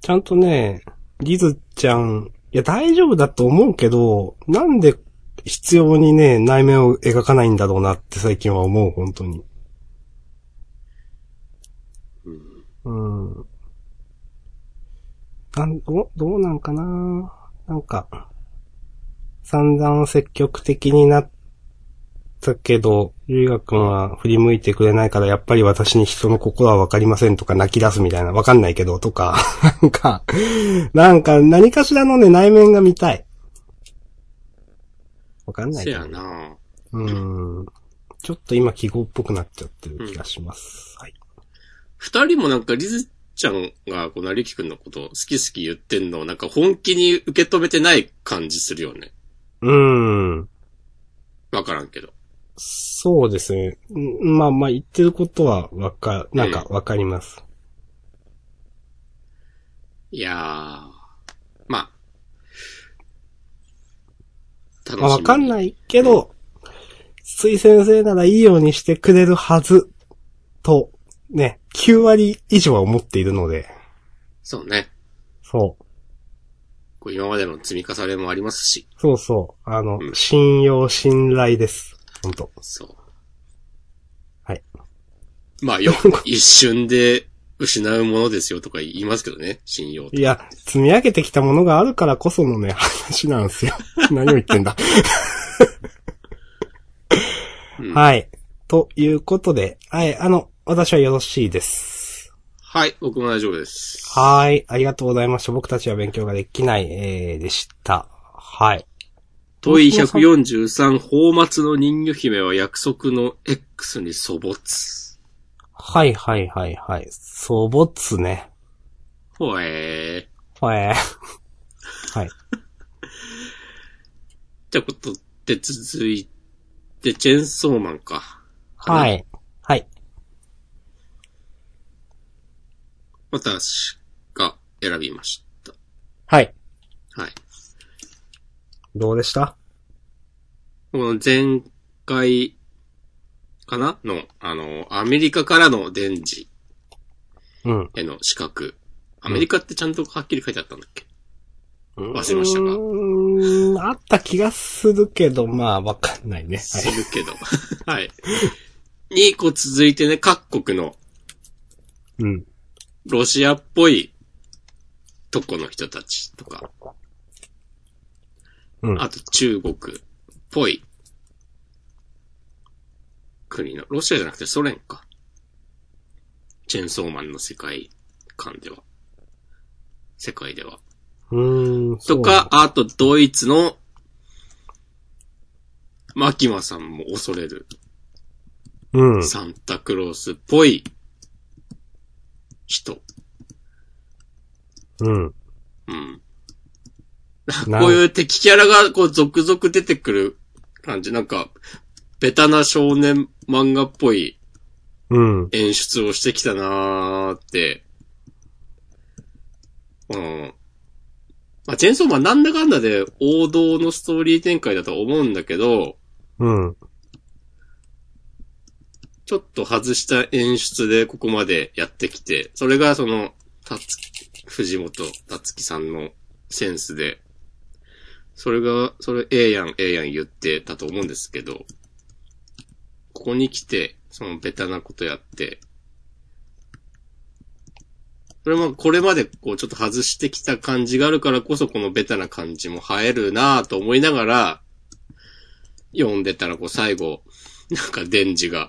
ちゃんとね、リズちゃん、いや、大丈夫だと思うけど、なんで必要にね、内面を描かないんだろうなって最近は思う、本当に。
うん
うん。なん、ど、どうなんかななんか、散々積極的になったけど、ゆいがくんは振り向いてくれないから、やっぱり私に人の心はわかりませんとか泣き出すみたいな、わかんないけどとか、 なんか、なんか何かしらのね、内面が見たい。わかんない
せ
けど
やな
うん。ちょっと今記号っぽくなっちゃってる気がします。はい。
二人もなんかリズちゃんが、こう、なりきくんのこと好き好き言ってんのをなんか本気に受け止めてない感じするよね。
うん。
わからんけど。
そうですね。んまあまあ言ってることはわか、なんかわかります。
いやー。まあ。楽しみ
まあ、わかんないけど、筒井先生ならいいようにしてくれるはず、と、ね、9割以上は思っているので、
そうね。
そう。
こう今までの積み重ねもありますし。
そうそう。あの、
うん
信用、信頼です。本当
そう。
はい。
ま あよ、一瞬で失うものですよとか言いますけどね、信用って
いや、積み上げてきたものがあるからこそのね、話なんですよ。 何を言ってんだ。
うん
はい。ということで、はい、あの、私はよろしいです。
はい、僕も大丈夫です。
はい。ありがとうございました。僕たちは勉強ができない、えー、でした。はい。
問い143、宝末の人魚姫は約束の X に粗没。
はいはいはいはい。素没ね。
ほえー。
ほえー。はい。
ってことで続いて、チェンソーマンか。
はい。はい。
私が選びまし
はい。
た。はい。
どうでした
この前回かなの、あの、アメリカからの電磁
うん。
への資格。アメリカってちゃんとはっきり書いてあったんだっけ、忘れました
う
が
ーん、あった気がするけど、まあ、わかんないね。は
す
い。
るけど。はい。に、こう続いてね、各国の
うん。
ロシアっぽいとこの人たちとか、
うん。
あと中国っぽい国の、ロシアじゃなくてソ連か。チェンソーマンの世界観では。世界では。
うーん。
とか、あとドイツの、マキマさんも恐れる
そうなんだ、
サンタクロースっぽい人。
うん。うん。
うん。
な
こういう敵キャラがこう続々出てくる感じ。なんか、ベタな少年漫画っぽい
うん。
演出をしてきたなーって。うん。まあ、チェーンソーマンなんだかんだで王道のストーリー展開だと思うんだけど、
うん。
ちょっと外した演出でここまでやってきて、それがその、たつ、藤本達樹さんのセンスで、それが、それ、ええやん、ええやん言ってたと思うんですけど、ここに来て、そのベタなことやって、それも、これまでこうちょっと外してきた感じがあるからこそ、このベタな感じも映えるなぁと思いながら、読んでたらこう最後、なんかデンジが、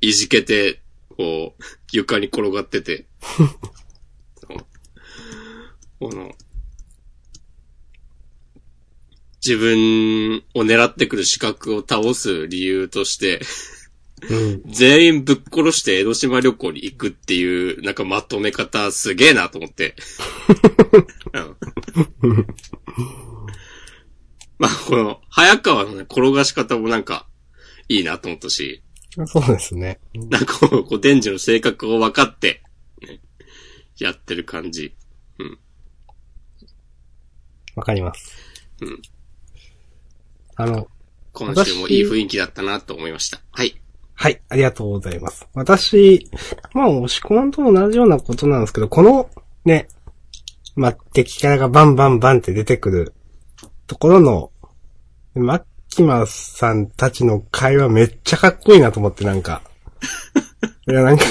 いじけて、こう、床に転がってて。 この、自分を狙ってくる資格を倒す理由として、
うん。
全員ぶっ殺して江ノ島旅行に行くっていう、なんかまとめ方すげえなと思って。うんまあ、この、早川のね、転がし方もなんか、いいなと思ったし。
そうですね。
なんかこう、こう、デンジの性格を分かって、ねやってる感じ。
わかります。
うん。
あの、
今週もいい雰囲気だったなと思いました。はい。
はい、ありがとうございます。私、まあ、押し込まんと同じようなことなんですけど、この、ね、まあ、敵キャラがバンバンバンって出てくるところの、マッキマさんたちの会話めっちゃかっこいいなと思って、なんか。いや、なんか、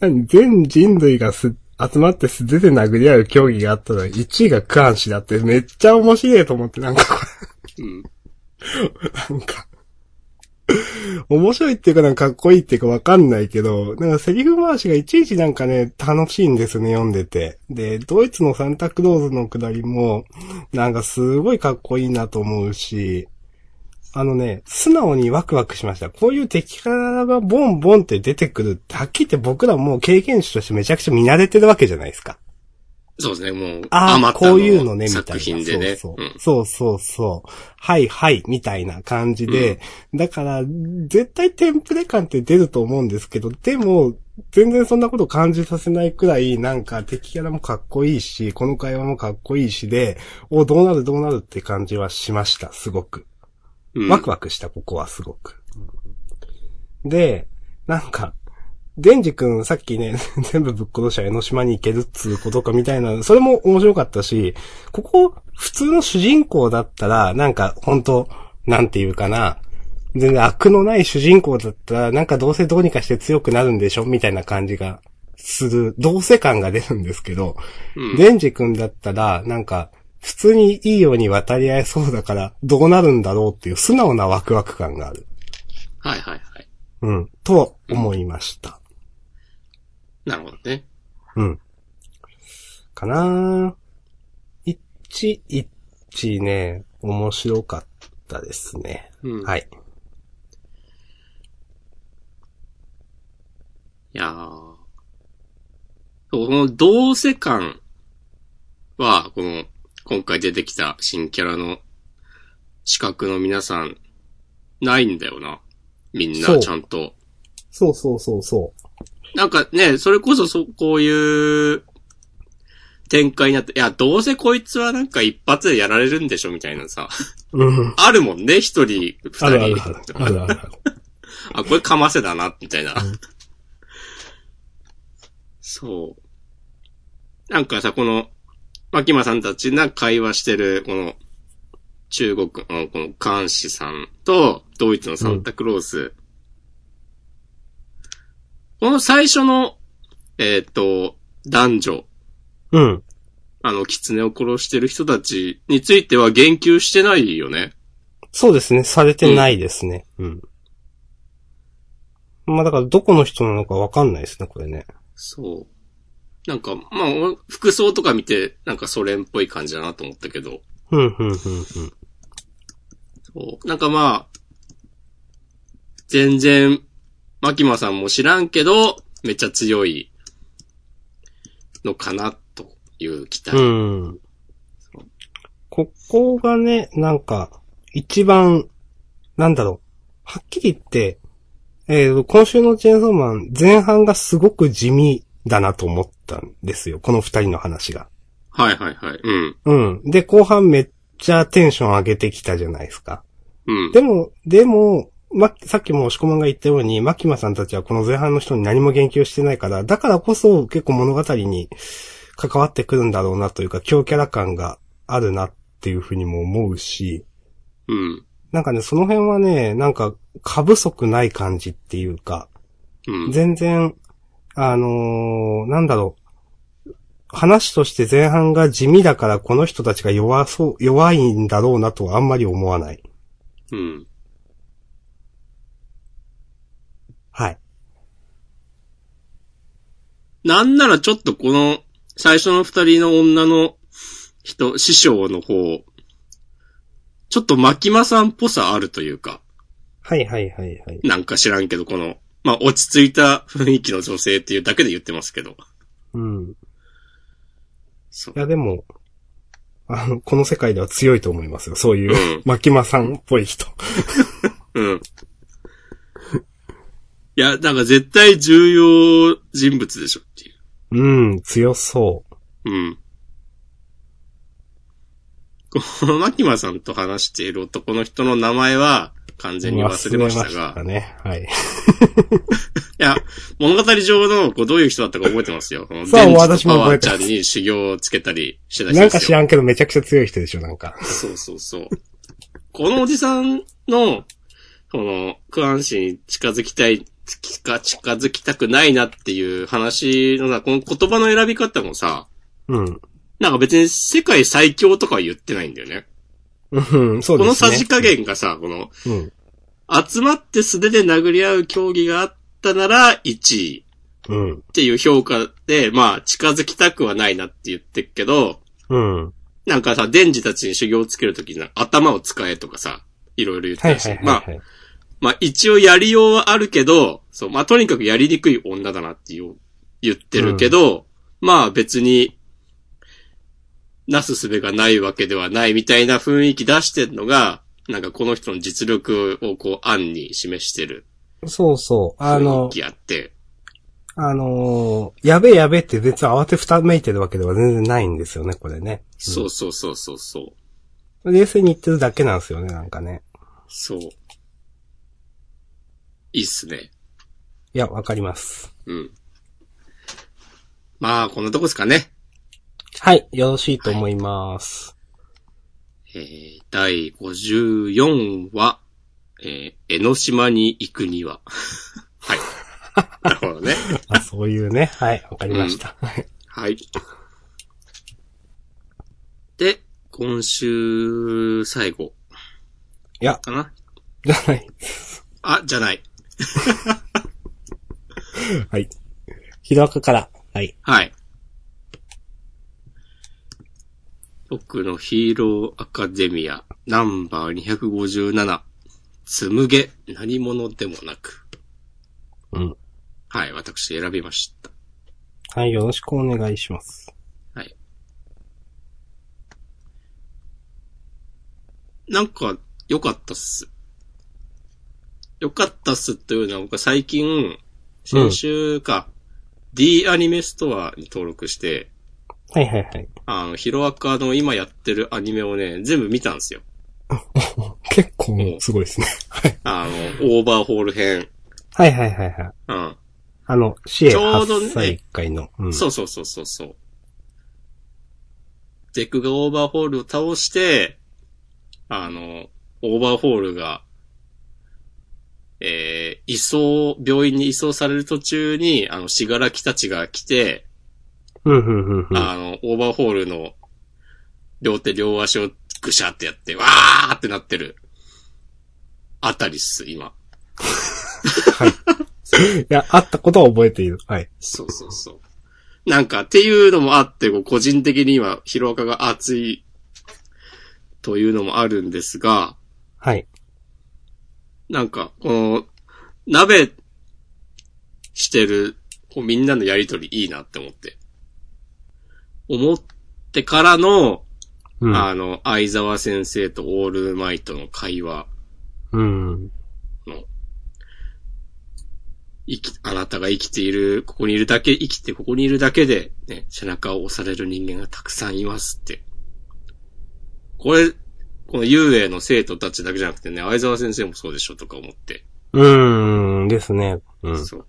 何全人類がす集まって素手で殴り合う競技があったら、1位がクアンシだってめっちゃ面白いと思って、なんかこれ
うん。
なんか、面白いっていうかなんかかっこいいっていうかわかんないけど、なんかセリフ回しがいちいちなんかね、楽しいんですね、読んでて。で、ドイツのサンタクローズのくだりも、なんかすごいかっこいいなと思うし、あのね、素直にワクワクしました。こういう敵からがボンボンって出てくるって、はっきり言って僕らもう経験値としてめちゃくちゃ見慣れてるわけじゃないですか。
そうですね、もう、
ああ、
ま
こういうのね、みたいな。
作品でね。う。
そうそうんそうそうそう。はいはい、みたいな感じで。だから、絶対テンプレ感って出ると思うんですけど、でも、全然そんなこと感じさせないくらい、なんか敵キャラもかっこいいし、この会話もかっこいいしで、お、どうなるどうなるって感じはしました、すごく。
うん。
ワクワクした、ここはすごく。で、なんか、デンジ君さっきね、 全部ぶっ殺しちゃ江ノ島に行けるっつうことかみたいな、それも面白かったし、ここ、普通の主人公だったら、なんか、ほんと、なんていうかな、全然悪のない主人公だったら、なんかどうせどうにかして強くなるんでしょみたいな感じがする、どうせ感が出るんですけど、
うん
デンジ君だったら、なんか、普通にいいように渡り合えそうだから、どうなるんだろうっていう素直なワクワク感がある。
はいはいはい。
うん。と思いました。
なるほどね。
うん。かなぁ。一、一ね、面白かったですね。
うん。い。
はい。
いやーそう、この、どうせ感は、この、今回出てきた新キャラの資格の皆さん、ないんだよな。みん
そ
な、
う
ちゃんと。
そうそうそうそ
なんかね、それこそそう、こういう展開になって、いや、どうせこいつはなんか一発でやられるんでしょみたいなさ。
う。うん。
あるもんね、一人、二人。
あるあるある。あるあるある。
あ、これかませだな、みたいな。そう。なんかさ、この、牧間さんたちが会話してる、この、中国のこの監視さんと、ドイツのサンタクロース。この最初の、えっ、と、男女、
うん。
あの、狐を殺してる人たちについては言及してないよね。
そうですね、されてないですね。うん。まあだから、どこの人なのかわかんないですね、これね。
そう。なんか、まあ、お服装とか見て、なんかソ連っぽい感じだなと思ったけど。
うん、うん、うん、うん。
そう。なんかまあ、全然、マキマさんも知らんけど、めっちゃ強いのかな、という期待。
うん。ここがね、なんか、一番、なんだろう。はっきり言って、えー今週のチェーンソーマン、前半がすごく地味だなと思ったんですよ。この二人の話が。
はいはいはい。うん。
うん。で、後半めっちゃテンション上げてきたじゃないですか。
うん。
でも、でも、ま、さっきも押し込まんが言ったように、マキマさんたちはこの前半の人に何も言及してないから、だからこそ結構物語に関わってくるんだろうなというか、強キャラ感があるなっていうふうにも思うし、
うん。
なんかね、その辺はね、なんか、過不足ない感じっていうか、
うん。
全然、あのーなんだろう。話として前半が地味だからこの人たちが弱そう、弱いんだろうなとはあんまり思わない。
うん。
はい。
なんならちょっとこの、最初の二人の女の人、師匠の方、ちょっとマキマさんっぽさあるというか。
はいはいはいはい。
なんか知らんけど、この、まあ、落ち着いた雰囲気の女性っていうだけで言ってますけど。
うん。
そう
い。や、でも、あの、この世界では強いと思いますよ。そういうう、
ん
マキマさんっぽい人。
うん。いや、なんか絶対重要人物でしょっていう。
うん、強そ
う
う。
ん。この、マキマさんと話している男の人の名前は、完全に忘れました
忘れました
が、
ね。はい。
いや、物語上の、こう、どういう人だったか覚えてますよ。この
そう
デンジと
私も
パ
覚
ワ
え
ー
て
ち
ま
ゃ
す
んに修行をつけたりしてた人
なん
です
か
よ。
知らんけどめちゃくちゃ強い人でしょ、なんか。
そうそうそう。このおじさんの、この、クアン氏に近づきたい、近近づきたくないなっていう話のさ、この言葉の選び方もさ、
うん。
なんか別に世界最強とかは言ってないんだよね。
うん、そうですね。
このさじ加減がさ、この、
うん。
集まって素手で殴り合う競技があったなら1位
うん。
っていう評価で、まあ近づきたくはないなって言ってるけど、
うん。
なんかさ、デンジたちに修行をつけるときに頭を使えとかさ、いろいろ言って
はいはい
た
は
し、
い、は
ま
い。
あ、まあ一応やりようはあるけど、そう、まあとにかくやりにくい女だなっていう、言ってるけど、まあ別に、なすすべがないわけではないみたいな雰囲気出してんのが、なんかこの人の実力をこう暗に示してる
そうそう。あ
雰囲
の、
気あって、
あのーやべえやべえって別に慌てふためいてるわけでは全然ないんですよね、これね。
そうそうそうそうそう。
冷静に言ってるだけなんですよね、なんかね。
そう。いいっすね。
いや、わかります。
うん。まあ、こんなとこですかね。
はい、よろしいと思います。
えー、第54話、えー、江ノ島に行くには。 はい。なるほどね。
あ、そういうね。はい、わかりました。 はい
はい。で、今週、最後。
いや
かな
じゃない。
あ、じゃない。
はい。ひろあかから。はい。
はい。僕のヒーローアカデミア、ナンバー257、紡げ、何者でもなく。
うん。
はい、私選びました。
はい、よろしくお願いします。
はい。なんか、良かったっす。良かったっすっていうのは、僕は最近、先週か、D アニメストアに登録して、
はいはいはい。
あの、ヒロアカの今やってるアニメをね、全部見たんですよ。
結構すごいですね。
あの、オーバーホール編。
はいはいはいはい。
うん。
あの、市営
ちょうどね
8歳会の。うん
そうそうそうそうそう。デクがオーバーホールを倒して、あの、オーバーホールが、えー、移送、病院に移送される途中に、あの、しがらきたちが来て、
うんうんうんうん。
あの、オーバーホールの、両手両足をぐしゃってやって、わーってなってる。あたりっす、今。
いや、あったことは覚えている。はい。
そうそうそう。なんか、っていうのもあって、こう個人的に今、ヒロアカが熱い、というのもあるんですが、
はい。
なんか、この、鍋、してる、こうみんなのやりとりいいなって思って。思ってからの、
うん。
あの、相沢先生とオールマイトの会話、
うん。
生き、あなたが生きている、ここにいるだけ、生きてここにいるだけで、ね、背中を押される人間がたくさんいますって。これ、この遊泳の生徒たちだけじゃなくてね、相沢先生もそうでしょとか思って。
うん、ですね。うん。
そう。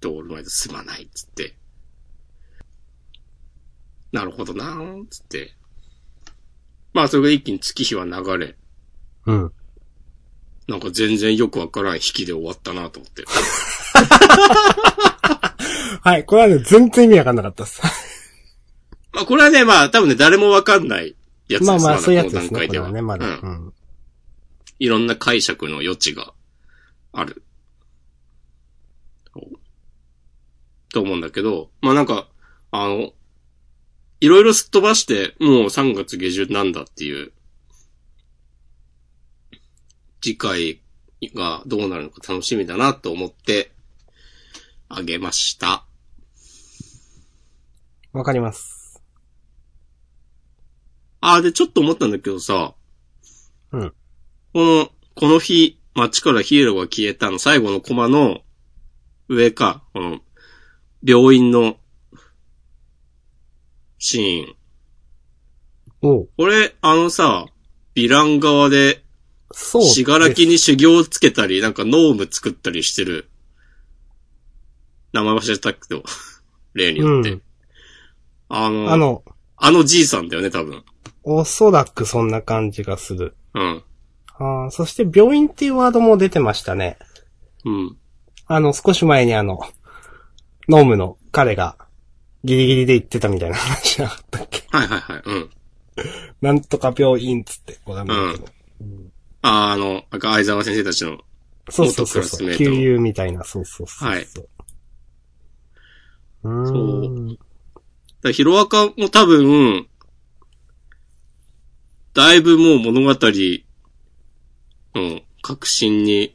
で、オールマイトすまないっつって。なるほどなーっつって。まあ、それが一気に月日は流れ、
うん。
なんか全然よくわからん引きで終わったなと思って。
はい、これはね、全然意味わかんなかっ たです。
まあこれはね、まあ多分ね、誰もわかんないやつです
まあまあ、そういうや
こ
つで
の
す
段階
ね。こ
で
れ
は
はね、まだ。
う。
うんん。
いろんな解釈の余地がある。と思うんだけど、まあなんか、あの、いろいろすっ飛ばして、もう3月下旬なんだっていう、次回がどうなるのか楽しみだなと思って、あげました。
わかります。
あーで、ちょっと思ったんだけどさ。
うん。
この、この日、街からヒーローが消えたの、最後のコマの、上か、この、病院の、シーン。
おう
これ、あのさ、ヴィラン側で、
そう。
しがらきに修行をつけたり、なんかノーム作ったりしてる。名前忘れたけど、 例によって。
うん
あの、
あ
あの、
の、
あのじいさんだよね、多分。
おそらくそんな感じがする。
うん。
あーそして病院っていうワードも出てましたね。
うん。
あの、少し前にあの、ノームの彼がギリギリで言ってたみたいな話なかったっけ
はいはいはい。うん。
なんとか病院っつってご覧になってる
ああの、なんか相沢先生たちの。
そうそうそう
元クラス
そ
メ
う。
イト
給油みたいな、そうそうそうそう。
はいう
ーん。
だからヒロアカも多分、だいぶもう物語の革新に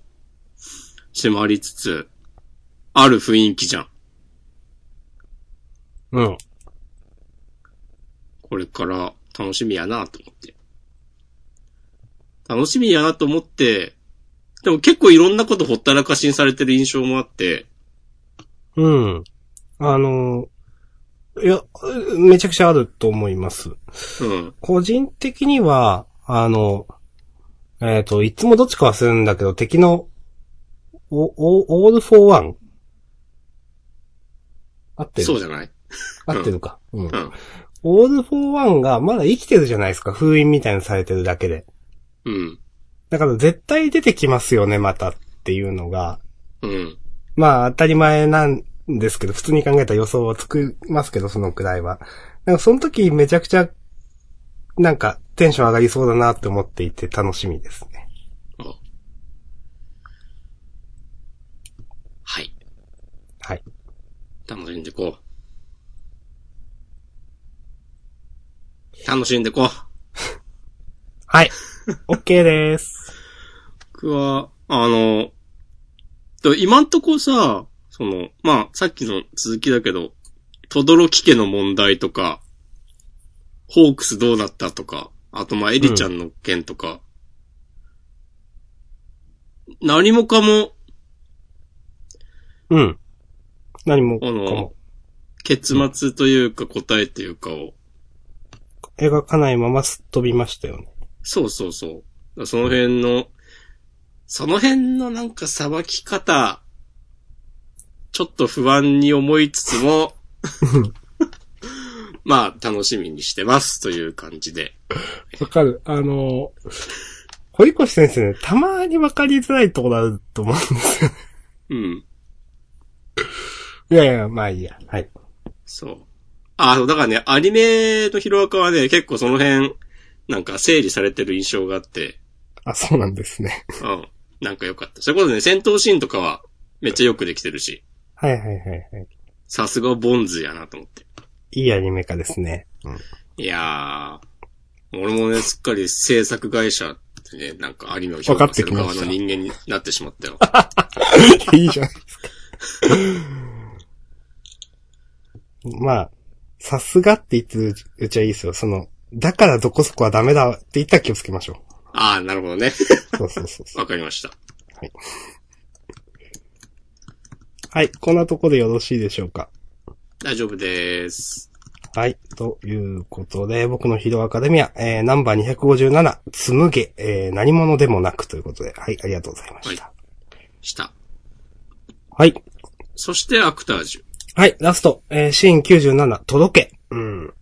迫りつつ、ある雰囲気じゃん。
うん。
これから楽しみやなと思って。楽しみやなと思って、でも結構いろんなことほったらかしにされてる印象もあって、
うん。あの、いや、めちゃくちゃあると思います。
うん。
個人的には、あの、えっ、と、いつもどっちか忘れるんだけど、敵の、お、お、オールフォーワン合ってる
そうじゃない
合ってるか。うん。
ん
オールフォーワンがまだ生きてるじゃないですか。封印みたいにされてるだけで。
うん。
だから絶対出てきますよね、またっていうのが。
うん。
まあ当たり前なんですけど、普通に考えたら予想はつきますけど、そのくらいは。なんかその時めちゃくちゃ、なんかテンション上がりそうだなって思っていて楽しみですね。
あはい。
はい。
楽しんでこう。楽しんでこう。
はい。OK です。
僕は、あの、と今んとこさ、その、まあ、さっきの続きだけど、とどろき家の問題とか、ホークスどうだったとか、あとまあ、エリちゃんの件とか、何もかも、
うん。何もか
あの
も
結末というか答えというかを、
描かないまますっ飛びましたよね。
そうそうそう。その辺の、その辺のなんかさばき方、ちょっと不安に思いつつも、まあ、楽しみにしてますという感じで。
わかる。あの、堀越先生ね、たまにわかりづらいところあると思うんですよ。
うん。
いやいや、まあいいや。はい。
そう。あ、そうだからね、アニメのヒロアカはね、結構その辺、なんか整理されてる印象があって、
あ、そうなんですね。
うん。なんか良かった。それこそね、戦闘シーンとかは、めっちゃよくできてるし、
はいはいはいはい。
さすがボンズやなと思って。
いいアニメ化ですね。
いやー、俺もね、すっかり制作会社ってね、なんかアニメを評
分か
価
っ
す
て
る
きま
側
した
の人間になってしまったよ。
いいじゃないですか。まあ、さすがって言ってるうちはいいですよ。その、だからどこそこはダメだって言ったら気をつけましょ
あー、なるほどね。
う。そうそうそうそう。
わかりました。
はい。こんなとこでよろしいでしょうか。
大丈夫です。
はい。ということで、僕のヒーローアカデミア、えー、ナンバー257、つむげ、えー、何者でもなくということで、はい、ありがとうございました。
した。
はい。
そして、アクタージュ。
はい、ラスト、えー、シーン97、届け。うん。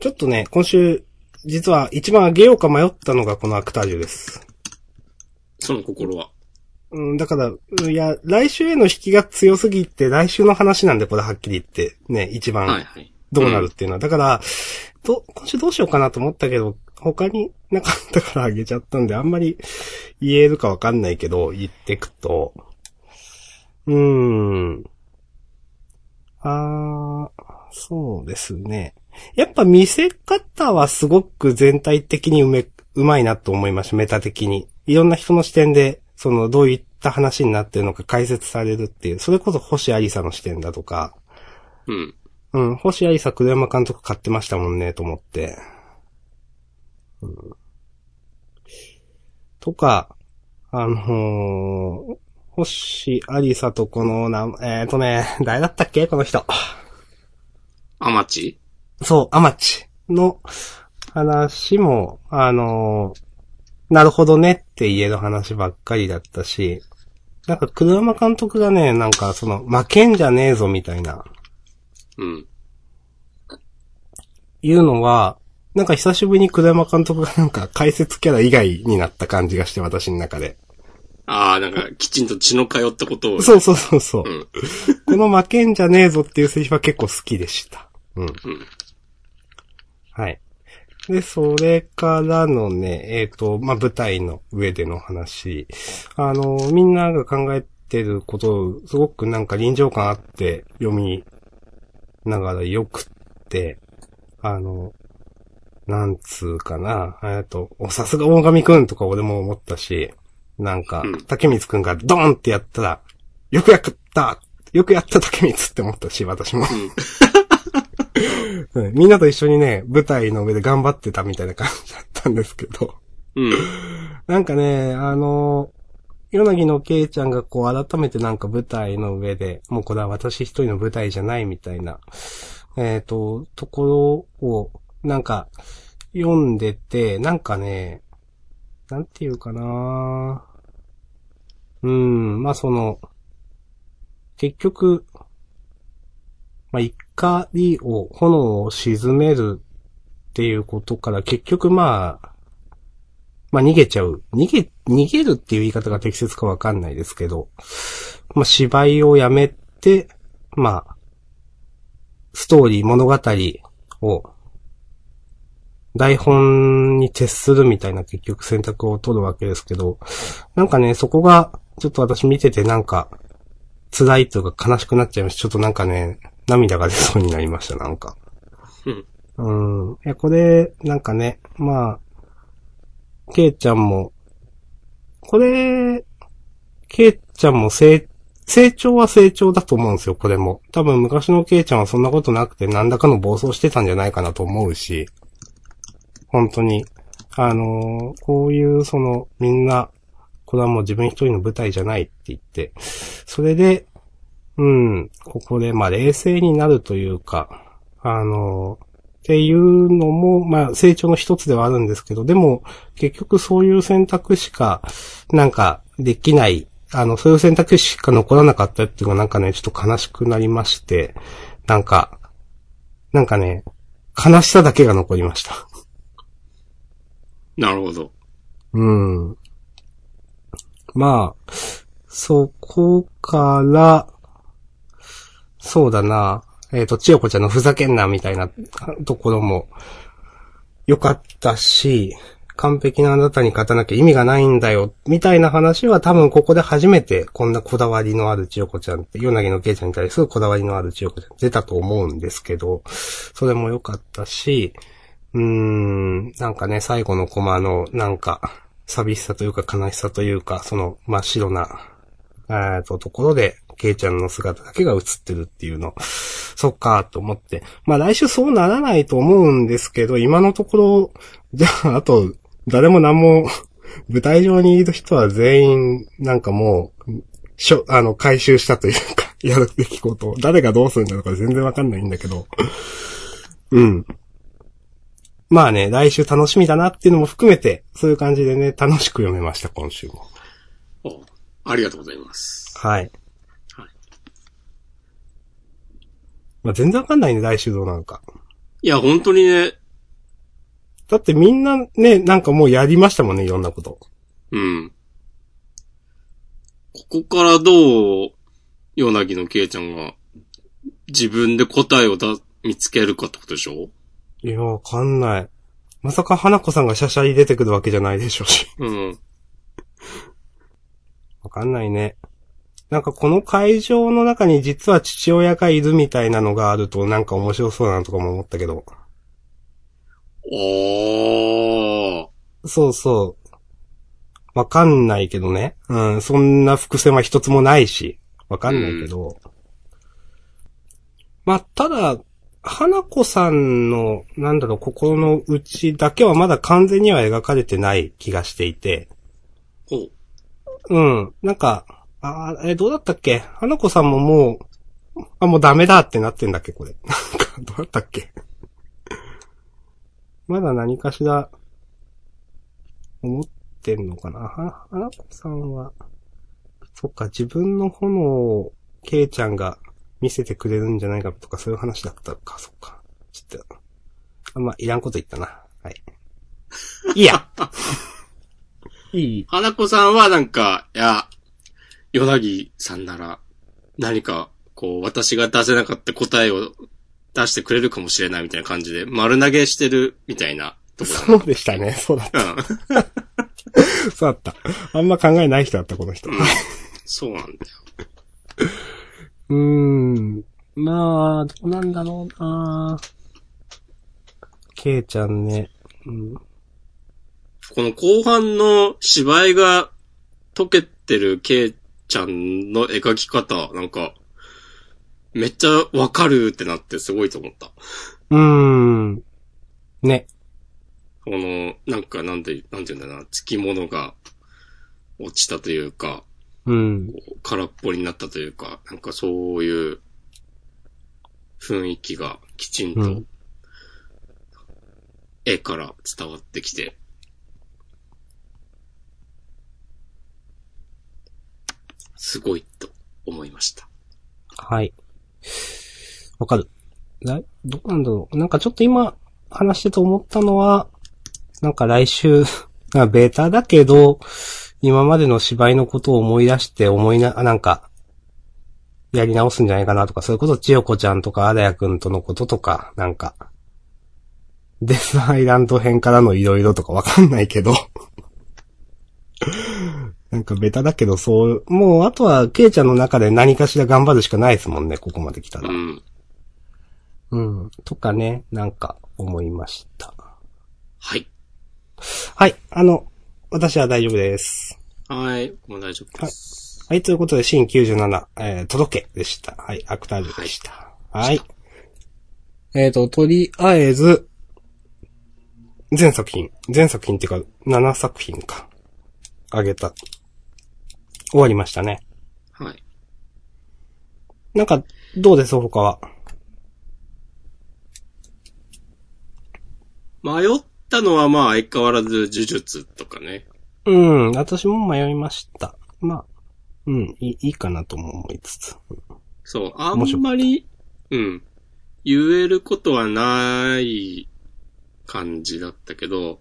ちょっとね、今週、実は一番あげようか迷ったのがこのアクタージュです。
その心は。
うん、だから、うんいや、来週への引きが強すぎて、来週の話なんで、これはっきり言って、ね、一番。
はいはい。
どうなるっていうのは。だから、ど、今週どうしようかなと思ったけど、他になかったからあげちゃったんで、あんまり言えるかわかんないけど、言ってくと、うーん。あー、そうですね。やっぱ見せ方はすごく全体的にうめ、うまいなと思いました、メタ的に。いろんな人の視点で、その、どういった話になってるのか解説されるっていう、それこそ星ありさの視点だとか、
うん。
うん、星有沙、栗山監督買ってましたもんね、と思って。うんとか、あのー、星有沙とこのな、えっ、とね、誰だったっけこの人。
アマチ
そう、アマチの話も、あのーなるほどねって言える話ばっかりだったし、なんか、黒山監督がね、なんか、その、負けんじゃねえぞ、みたいな。
うん。
いうのは、なんか久しぶりに栗山監督がなんか解説キャラ以外になった感じがして、私の中で。
あー、なんか、きちんと血の通ったことを。
そうそうそうそう。
うん
この負けんじゃねえぞっていうセリフは結構好きでした。うん。
うん。
はい。で、それからのね、えっ、と、まあ、舞台の上での話。あの、みんなが考えてることを、すごくなんか臨場感あって読みながらよくって、あの、なんつうかな、えっと、お、さすが大神くんとか俺も思ったし、なんか
うん、
竹光くんがドーンってやったら、よくやったよくやった竹光って思ったし、私も。うんみんなと一緒に ね、舞台の上で頑張ってたみたいな感じだったんですけど。
うん。
なんかね、あの柳のけいちゃんがこう改めてなんか舞台の上で、もうこれは私一人の舞台じゃないみたいな、えっ、と、ところをなんか読んでて、なんかね、なんていうかなうん、まあその、結局、まあ怒りを、炎を沈めるっていうことから結局まあ、まあ逃げちゃう。逃げ、逃げるっていう言い方が適切かわかんないですけど、まあ芝居をやめて、まあ、ストーリー、物語を、台本に徹するみたいな結局選択を取るわけですけど、なんかね、そこが、ちょっと私見ててなんか、辛いというか悲しくなっちゃいました。ちょっとなんかね、涙が出そうになりました、なんか。うん。いや、これ、なんかね、まあ、ケイちゃんも、これ、ケイちゃんも成、成長は成長だと思うんですよ、これも。多分昔のケイちゃんはそんなことなくて何らかの暴走してたんじゃないかなと思うし、本当に。あのーこういうその、みんな、これはもう自分一人の舞台じゃないって言って、それで、うん、ここで、まあ冷静になるというか、あのーっていうのも、まあ、成長の一つではあるんですけど、でも、結局そういう選択しか、なんか、できない、あの、そういう選択しか残らなかったっていうのがなんかね、ちょっと悲しくなりまして、なんか、なんかね、悲しさだけが残りました。
なるほど。
うん。まあ、そこから、そうだな、えっ、と、千代子ちゃんのふざけんなみたいなところも良かったし、完璧なあなたに勝たなきゃ意味がないんだよ、みたいな話は多分ここで初めてこんなこだわりのある千代子ちゃんって、ヨナギのケイちゃんに対するこだわりのある千代子ちゃん出たと思うんですけど、それも良かったし、うーん、なんかね、最後のコマの、なんか、寂しさというか悲しさというか、その真っ白な、えーと、ところで、ケイちゃんの姿だけが映ってるっていうの。そっか、と思って。まあ来週そうならないと思うんですけど、今のところ、じゃあ、あと、誰も何も、舞台上にいる人は全員、なんかもう、しょ、あの、回収したというか、やるべきことを、誰がどうするんだとか全然わかんないんだけど、うん。まあね、来週楽しみだなっていうのも含めて、そういう感じでね、楽しく読めました、今週も。
おありがとうございます。
はい。
はい
まあ全然わかんないね、来週どうなるか。
いや、本当にね、
だってみんなね、なんかもうやりましたもんね、いろんなこと。
うん。ここからどう、ヨナギのケイちゃんが、自分で答えをだ見つけるかってことでしょ
いや、わかんない。まさか花子さんがシャシャリ出てくるわけじゃないでしょう し。
うん。
わかんないね。なんかこの会場の中に実は父親がいるみたいなのがあるとなんか面白そうだなとかも思ったけど。
おー。
そうそう。わかんないけどね。うん、そんな伏線は一つもないし、わかんないけど。まあ、ただ、花子さんの、なんだろう、心の内だけはまだ完全には描かれてない気がしていて。
ほう。
うん。なんか、ああれ、どうだったっけ花子さんももう、あ、もうダメだってなってんだっけこれ。 なんか、どうだったっけまだ何かしら、思ってんのかなは花子さんは、そっか、自分の炎を、ケイちゃんが見せてくれるんじゃないかとか、そういう話だったか、そっか。ちょっと、あんまいらんこと言ったな。はい。いいや いい。
花子さんはなんか、いや、ヨナギさんなら、何か、こう、私が出せなかった答えを出してくれるかもしれないみたいな感じで、丸投げしてるみたいなとこ
そうでしたね。 そうだった。
ろ。うん。
そうだった。あんま考えない人だった、この人。
そうなんだよ。
うーん。まあ、どうなんだろうなケイちゃんね。うん。
この後半の芝居が溶けてるケイちゃんの描き方、なんか、めっちゃわかるってなってすごいと思った。
うーん。ね。
この、なんかなんで、なんて言うんだろうな、つきものが、落ちたというか、
うん。
空っぽになったというか、なんかそういう雰囲気がきちん
う
と
ん
絵から伝わってきて、すごいと思いました。
はい。わかる。だどうなんだろう。なんかちょっと今話してて思ったのは、なんか来週、 まあベータだけど、今までの芝居のことを思い出して思いな、あなんか、やり直すんじゃないかなとか、それこそ千代子ちゃんとか荒谷くんとのこととか、なんか、デスアイランド編からのいろいろとかわかんないけど。 なんかベタだけど、そう、もうあとは、ケイちゃんの中で何かしら頑張るしかないですもんね、ここまで来たら
う。ん。
うん。とかね、なんか思いました。
はい。
はい、あの、私は大丈夫です。
はい。もう大丈夫です。
はい、ということで、新97、えー、届けでした。はい、アクタージュでした。はい。えっ、と、とりあえず、全作品、全作品っていうか、7作品か。あげた。終わりましたね。
はい。
なんか、どうです他は。
迷ったのはまあ相変わらず呪術とかね。
うん、私も迷いました。まあ、うん、いいいいかなとも思いつつ。
そう、あん
面白か
まり、うん、言えることはない感じだったけど、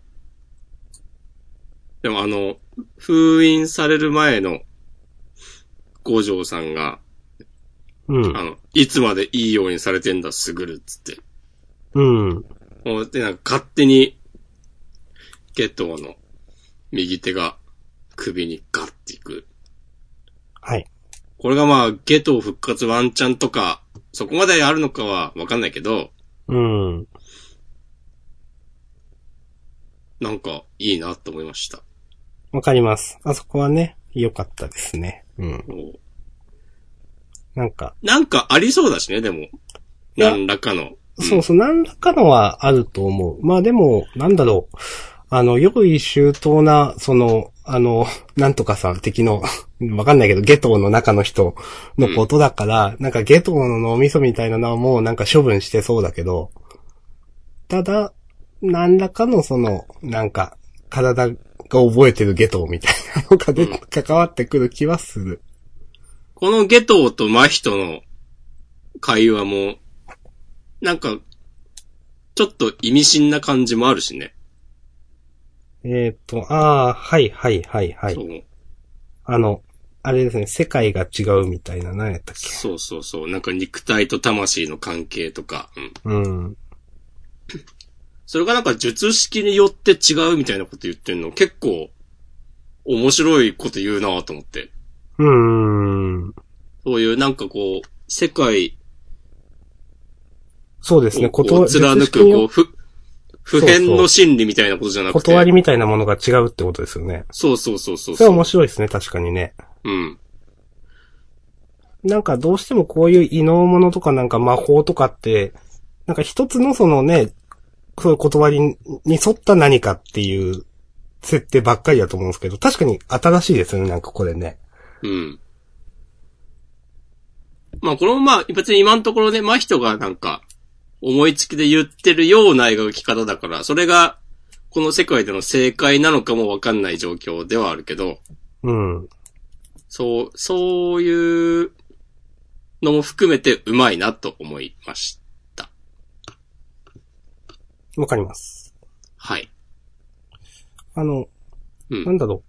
でもあの、封印される前の五条さんが、
うん
あ、の、いつまでいいようにされてんだ、すぐるっつって。
うん、
もうで、なんか勝手に、ゲトウの右手が首にガッていく
はい。
これがまあ、ゲトウ復活ワンチャンとか、そこまであるのかはわかんないけど、
うん、
なんかいいなと思いました。
わかります。あそこはね、良かったですね。うん。
こう
なんか、
なんかありそうだしね、でも。
いや
何らかの。
そうそう、何らかのはあると思う。まあでも、なんだろう。あの、良い周到な、その、あの、なんとかさん敵の、 わかんないけど、ゲトウの中の人のことだから、なんかゲトウの脳みそみたいなのはもうなんか処分してそうだけど、ただ、何らかのその、なんか、体が覚えてるゲトウみたいなのがで、
うん
関わってくる気はする。
このゲトウと真人の会話も、なんか、ちょっと意味深な感じもあるしね。
えっ、と、ああ、はいはいはいはい。
そう
あの、あれですね、世界が違うみたいな、何やったっけ
そうそうそう。なんか肉体と魂の関係とか。うん。
うん。
それがなんか術式によって違うみたいなこと言ってんの結構面白いこと言うなと思って。
うーん。
そういうなんかこう、世界
そうですね、
をこ
断
う貫
別
く、
に
こう、ふ、普遍の真理みたいなことじゃなくて。
断りみたいなものが違うってことですよね。
そうそうそうそう。
それは面白いですね、確かにね。
うん。
なんかどうしてもこういう異能ものとかなんか魔法とかって、なんか一つのそのね、そういう断りに沿った何かっていう設定ばっかりだと思うんですけど、確かに新しいですよね、なんかこれね。
うん。まあこれもまあ、別に今のところね、真人がなんか、思いつきで言ってるような描き方だから、それが、この世界での正解なのかもわかんない状況ではあるけど、
うん。
そう、そういうのも含めてうまいなと思いました。
わかります。
はい。
あの、
うん
なんだろ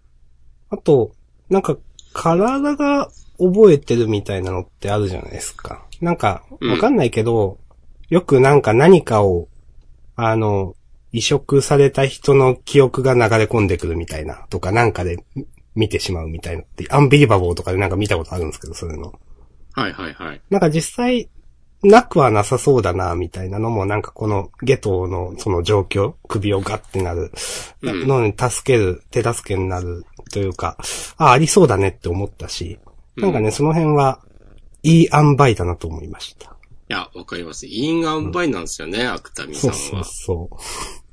う。あと、なんか、体が覚えてるみたいなのってあるじゃないですか。なんか、
うん
わかんないけど、よくなんか何かを、あの、移植された人の記憶が流れ込んでくるみたいな、とかなんかでみ見てしまうみたいなって、アンビリバボーとかでなんか見たことあるんですけど、そういうの。
はいはいはい。
なんか実際、なくはなさそうだな、みたいなのも、なんかこの、ゲトウのその状況、首をガッてなる、
うん
のに助ける、手助けになるというか、あ、ありそうだねって思ったし、なんかね、
う
その辺は、いい塩梅だなと思いました。
いや、わかります。インアンバイなんですよね、アクタミさ
そ
ん
うそう
は。
そ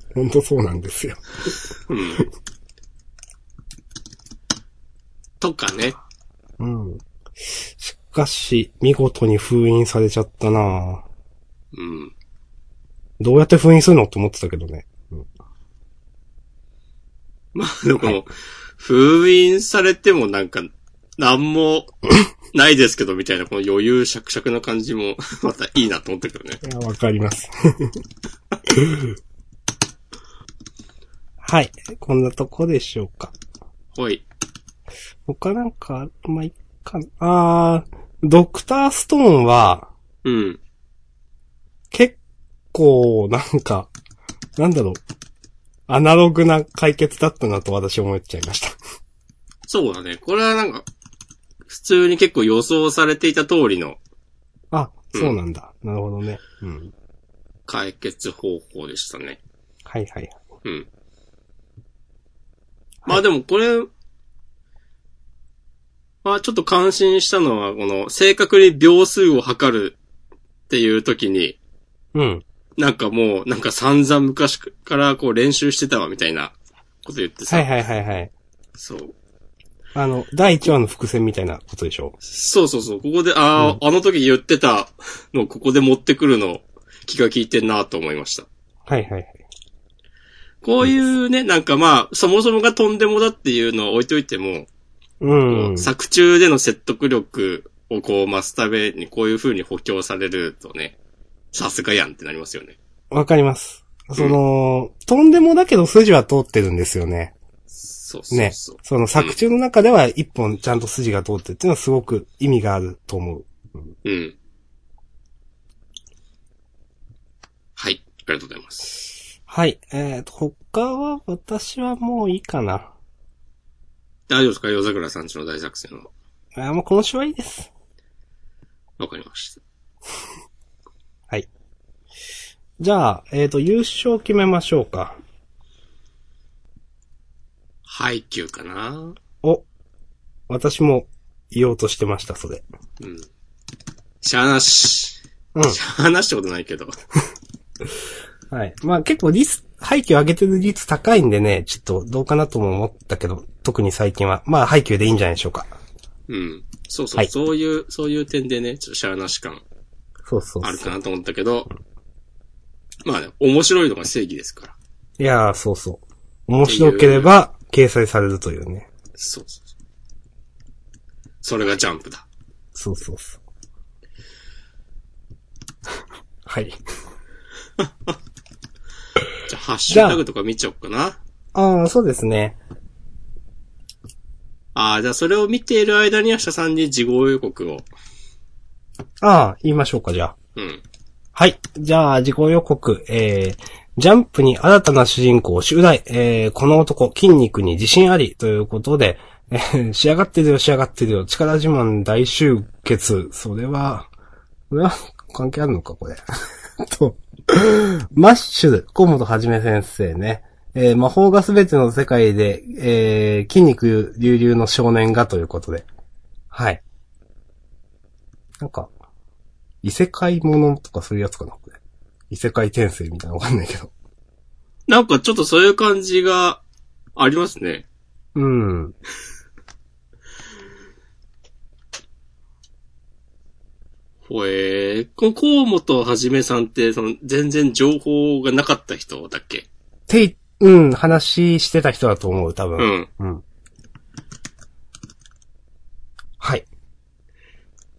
う。本当そうなんですよ。
うんとかね。
うん。しかし、見事に封印されちゃったなぁ
うん。
どうやって封印するのと思ってたけどね。
まあ、でも、封印されてもなんか、なんも ないですけど、みたいな、この余裕しゃくしゃくな感じも、またいいなと思ったけどね。
いやわかり ます。はい。こんなとこでしょうか。
はい。
他なんか、まあ、いっかな。あードクターストーンは、
うん。
結構、なんか、なんだろう。アナログな解決だったなと私思っちゃいました。
そうだね。これはなんか、普通に結構予想されていた通りの
あ、そうなんだ。なるほどね。うん。
解決方法でしたね。
はいはい。
うん。まあでもこれ、まあちょっと感心したのは、この正確に秒数を測るっていう時に、
うん。
なんかもう、なんか散々昔からこう練習してたわみたいなこと言ってさ、
はいはいはいはい。
そう。
あの、第1話の伏線みたいなことでしょ
そうそうそう、ここで、ああ、あの時言ってたのをここで持ってくるの気が利いてんなと思いました。
はいはいはい。
こういうね、なんかまあ、そもそもがとんでもだっていうのは置いといても、
うん。
作中での説得力をこう増すためにこういう風に補強されるとね、さすがやんってなりますよね。
わかります。その、とんでもだけど筋は通ってるんですよね。
そうそう
ね。
そう。
その作中の中では一本ちゃんと筋が通ってるっていうのはすごく意味があると思う。
うん。はい。ありがとうございます。
はい。えーと、他は私はもういいかな。
大丈夫ですか夜桜さんちの大作戦は。
あーもう今週はいいです。
わかりました。
じゃあ、えーと、優勝決めましょうか。
ハイキューかな
お。私も言おうとしてました、それ。
うん。しゃーなし。
うん。
しゃーなしってことないけど。
はい。まあ結構率、配給上げてる率高いんでね、ちょっとどうかなとも思ったけど、特に最近は。まあ配給でいいんじゃないでしょうか。
うん。そうそう、
はい
そういう、そういう点でね、ちょっとしゃーなし感
そうそう
ある
そ
か
う。
なと思ったけど、まあね、面白いのが正義ですから。
いやー、そうそう。面白ければ、掲載されるというね。
そうそうそう。それがジャンプだ。
そうそうそう。はい。
じゃあ、ハッシュタグとか見ちゃおうかな。
ああ、そうですね。
ああー、じゃあそれを見ている間に、明日さんに事後予告を。
ああ、言いましょうか、じゃあ。
うん。
はい。じゃあ、自己予告。えー、ジャンプに新たな主人公、襲来。えー、この男、筋肉に自信あり。ということで、えー、仕上がってるよ、仕上がってるよ。力自慢大集結。それは、これは、関係あるのか、これ。 と、マッシュル、河本はじめ先生ね。えー、魔法がすべての世界で、えー、筋肉隆々の少年がということで。はい。なんか、異世界ものとかそういうやつかな、これ。異世界転生みたいなのわかんないけど。
なんかちょっとそういう感じがありますね。
うん。
ほえー、この河本はじめさんって、その、全然情報がなかった人だっけ
てい、うん、話してた人だと思う、多
う
分。
ん。
うん。はい。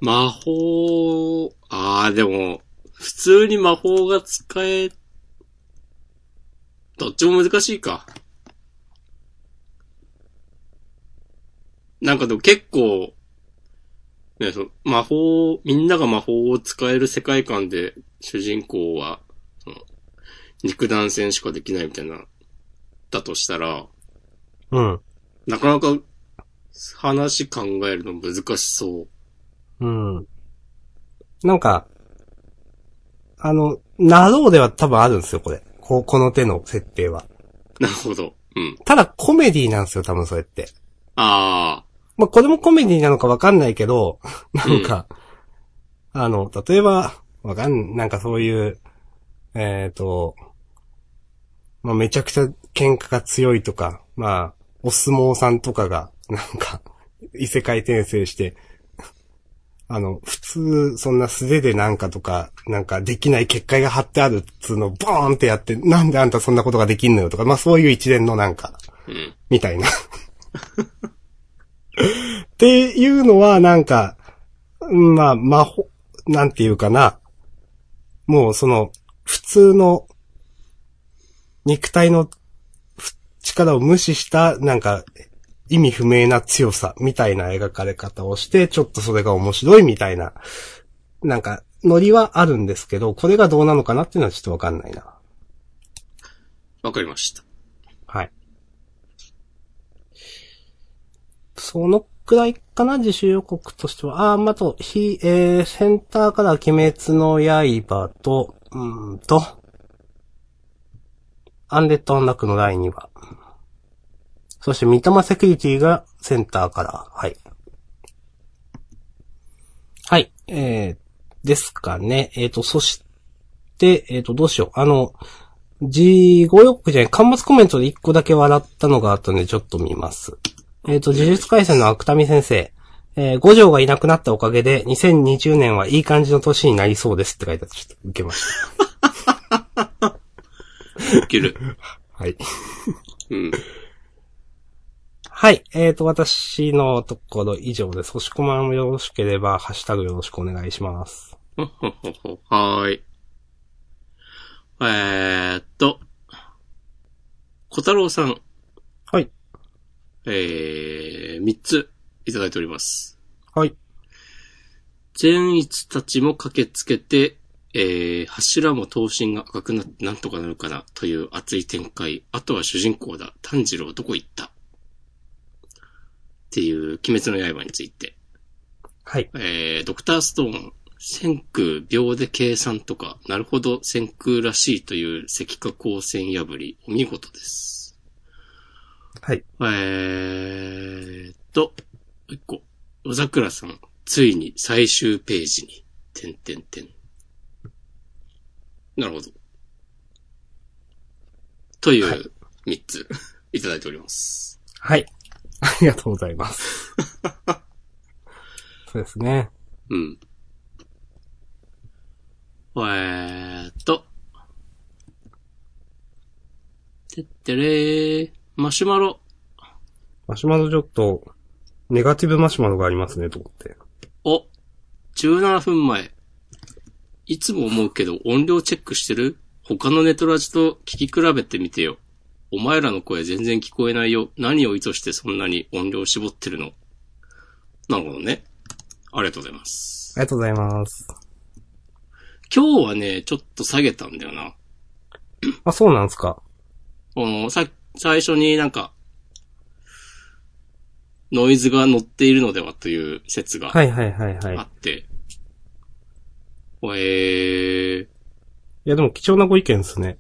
魔法、ああ、でも、普通に魔法が使え、どっちも難しいか。なんかでも結構、ね、その魔法、みんなが魔法を使える世界観で、主人公は、その肉弾戦しかできないみたいな、だとしたら、
うん。
なかなか話考えるの難しそう。
うん。なんか、あの、なろうでは多分あるんですよ、これ。ここの手の設定は。
なるほど。うん。
ただコメディなんですよ、多分それって。
ああ。
まあ、これもコメディなのかわかんないけど、なんか、あの、例えば、わかん、なんかそういう、えっ、と、まあ、めちゃくちゃ喧嘩が強いとか、まあ、お相撲さんとかが、なんか、異世界転生して、あの、普通、そんな素手でなんかとか、なんかできない結界が張ってあるっつうのをボーンってやって、なんであんたそんなことができんのよとか、まあそういう一連のなんか、
うん。
みたいな。っていうのは、なんか、うんまあ、魔法、なんていうかな。もう、その、普通の、肉体のふ力を無視した、なんか、意味不明な強さ、みたいな描かれ方をして、ちょっとそれが面白いみたいな、なんか、ノリはあるんですけど、これがどうなのかなっていうのはちょっとわかんないな。
わかりました。
はい。そのくらいかな、自主予告としては。あー、まあ、と、ひ、えー、センターから鬼滅の刃と、うーんと、アンデッドアンラックの第2話。そして、三玉セキュリティがセンターから、はい。はい、えー、ですかね。えっ、と、そして、えっ、と、どうしよう。あの、G5 予告じゃない、端末コメントで一個だけ笑ったのがあったんで、ちょっと見ます。えっ、と、呪術回戦の芥見先生。えー五条がいなくなったおかげで、2020年はいい感じの年になりそうですって書いてあって、ちょっと受けました。
いける。
はい。
うん。
はい。えっ、と、私のところ以上です。星し込まもよろしければ、ハッシュタグよろしくお願いします。
ほほほほ はーい。えーっと、小太郎さん、
はい。
えー、3ついただいております。
はい。
善逸たちも駆けつけて、えー、柱も刀身が赤くなってなんとかなるかなという熱い展開。あとは主人公だ。炭治郎どこ行ったっていう鬼滅の刃について。
はい。
えー、ドクターストーン、先空秒で計算とか、なるほど先空らしいという石化光線破り、お見事です。
はい。
えーっと、もう一個。小桜さん、ついに最終ページに、てんてんてん。なるほど。とい
はいう
三つ、いただいております。
はい。ありがとうございます。 そうですね。
うん。えーっと。てってれー。マシュマロ。
マシュマロちょっと、ネガティブマシュマロがありますね、と思って。
お、17分前。いつも思うけど音量チェックしてる他のネトラジと聞き比べてみてよ。お前らの声全然聞こえないよ。何を意図してそんなに音量絞ってるのなるほどね。ありがとうございます。
ありがとうございます。
今日はね、ちょっと下げたんだよな。
あ、そうなんですか。
この、さ、最初になんか、ノイズが乗っているのではという説があ
はいはいはいはい。
って、えー、
いやでも貴重なご意見ですね。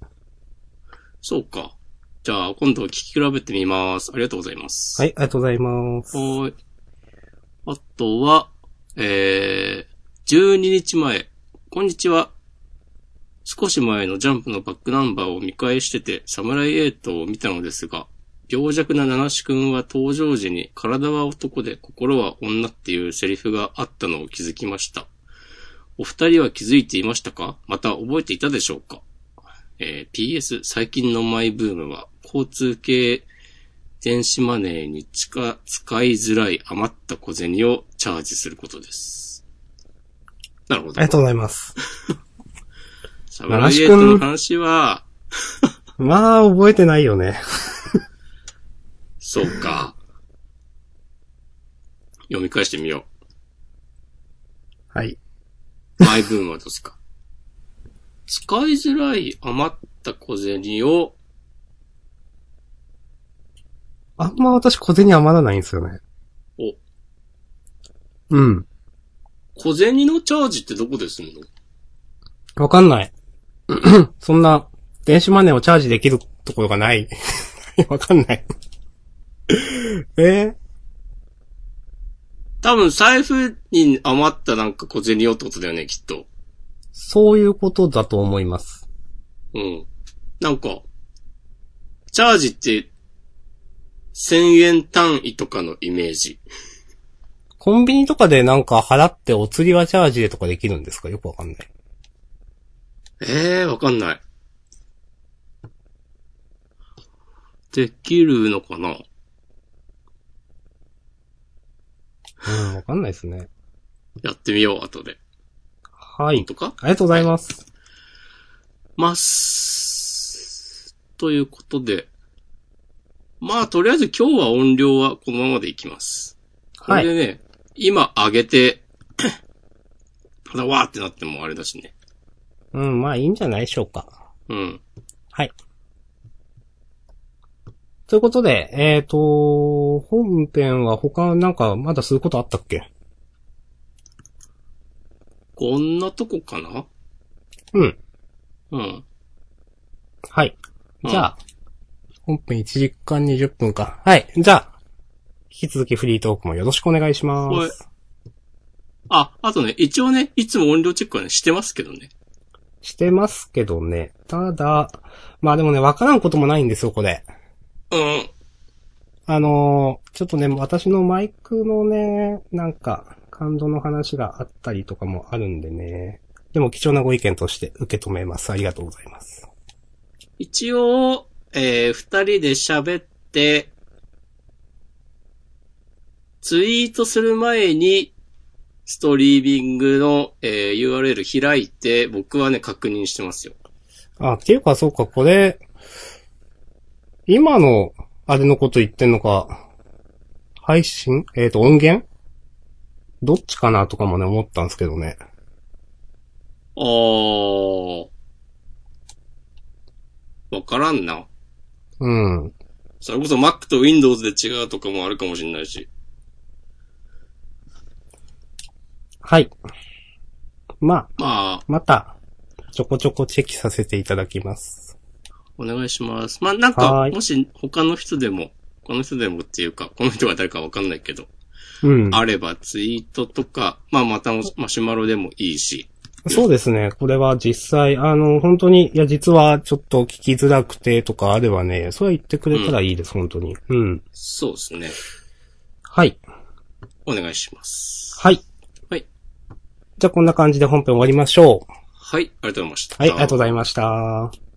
そうか。じゃあ、今度聞き比べてみます。ありがとうございます。。
はいい、ありがとうございます。
はい。あとは、えー、12日前、こんにちは。少し前のジャンプのバックナンバーを見返してて、サムライエイトを見たのですが、病弱な七志くんは登場時に体は男で心は女っていうセリフがあったのを気づきました。お二人は気づいていましたかまた覚えていたでしょうかえー PS 最近のマイブームは交通系電子マネーに近使いづらい余った小銭をチャージすることです。なるほ
あ
ど
りが。とうございます。
サムライエイトの話は、
まあ、覚えてないよね。
そうか。読み返してみよ
はい。
う。マイブームはどうですか。使いづらい余った小銭を、
あんま私小銭余らないんですよね。
お、
うん。
小銭のチャージってどこですんの
わかんない。 そんな、電子マネーをチャージできるところがない。 わかんない。えー
多分財布に余ったなんか小銭をってことだよね、きっと。
そういうことだと思います。
うん。なんか、チャージって、1000円単位とかのイメージ。
コンビニとかでなんか払ってお釣りはチャージでとかできるんですかよくわかんない。
ええー、わかんない。できるのかな
うん、わかんないですね。
やってみよう、後で。
は
ポイン
い。
トか
ありがとうございます。
ます。ということで。まあ、とりあえず今日は音量はこのままでいきます。こ
は
れ
い。
でね、今上げて、 ただわーってなってもあれだしね。
うん、まあいいんじゃないでしょうか。
うん。
はい。ということで、えっ、と、本編は他なんかまだすることあったっけ
こんなとこかな
うん。
うん。
はい。
うん
じゃあ、本編1時間20分か。はい。じゃあ、引き続きフリートークもよろしくお願いします。
あ、あとね、一応ね、いつも音量チェックはね、してますけどね。
してますけどね。ただ、まあでもね、わからんこともないんですよ、これ。
うん。
あのーちょっとね、私のマイクのね、なんか、感動の話があったりとかもあるんでね。でも貴重なご意見として受け止めます。ありがとうございます。
一応、えー、二人で喋って、ツイートする前に、ストリーミングの、えー URL 開いて、僕はね、確認してますよ。
あ、っていうか、そうか、これ、今の、あれのこと言ってんのか、配信えっ、と、音源どっちかなとかもね、思ったんですけどね。
あー。わからんな。
うん。
それこそ Mac と Windows で違うとかもあるかもしれないし。
はい。まあ、
まあ、
また、ちょこちょこチェックさせていただきます。
お願いします。まあ、なんか
は、ーい
もし他の人でも、他の人でもっていうか、この人が誰かわかんないけど、
うん。
あればツイートとか、まあ、またもマシュマロでもいいし。
そうですね。これは実際、あの、本当に、いや、実はちょっと聞きづらくてとかあればね、それは言ってくれたらいいです、本当に。うん。
そうですね。
はい。
お願いします。
はい。
はい。
じゃあ、こんな感じで本編終わりましょう。
はい、ありがとうございました。
はい、ありがとうございました。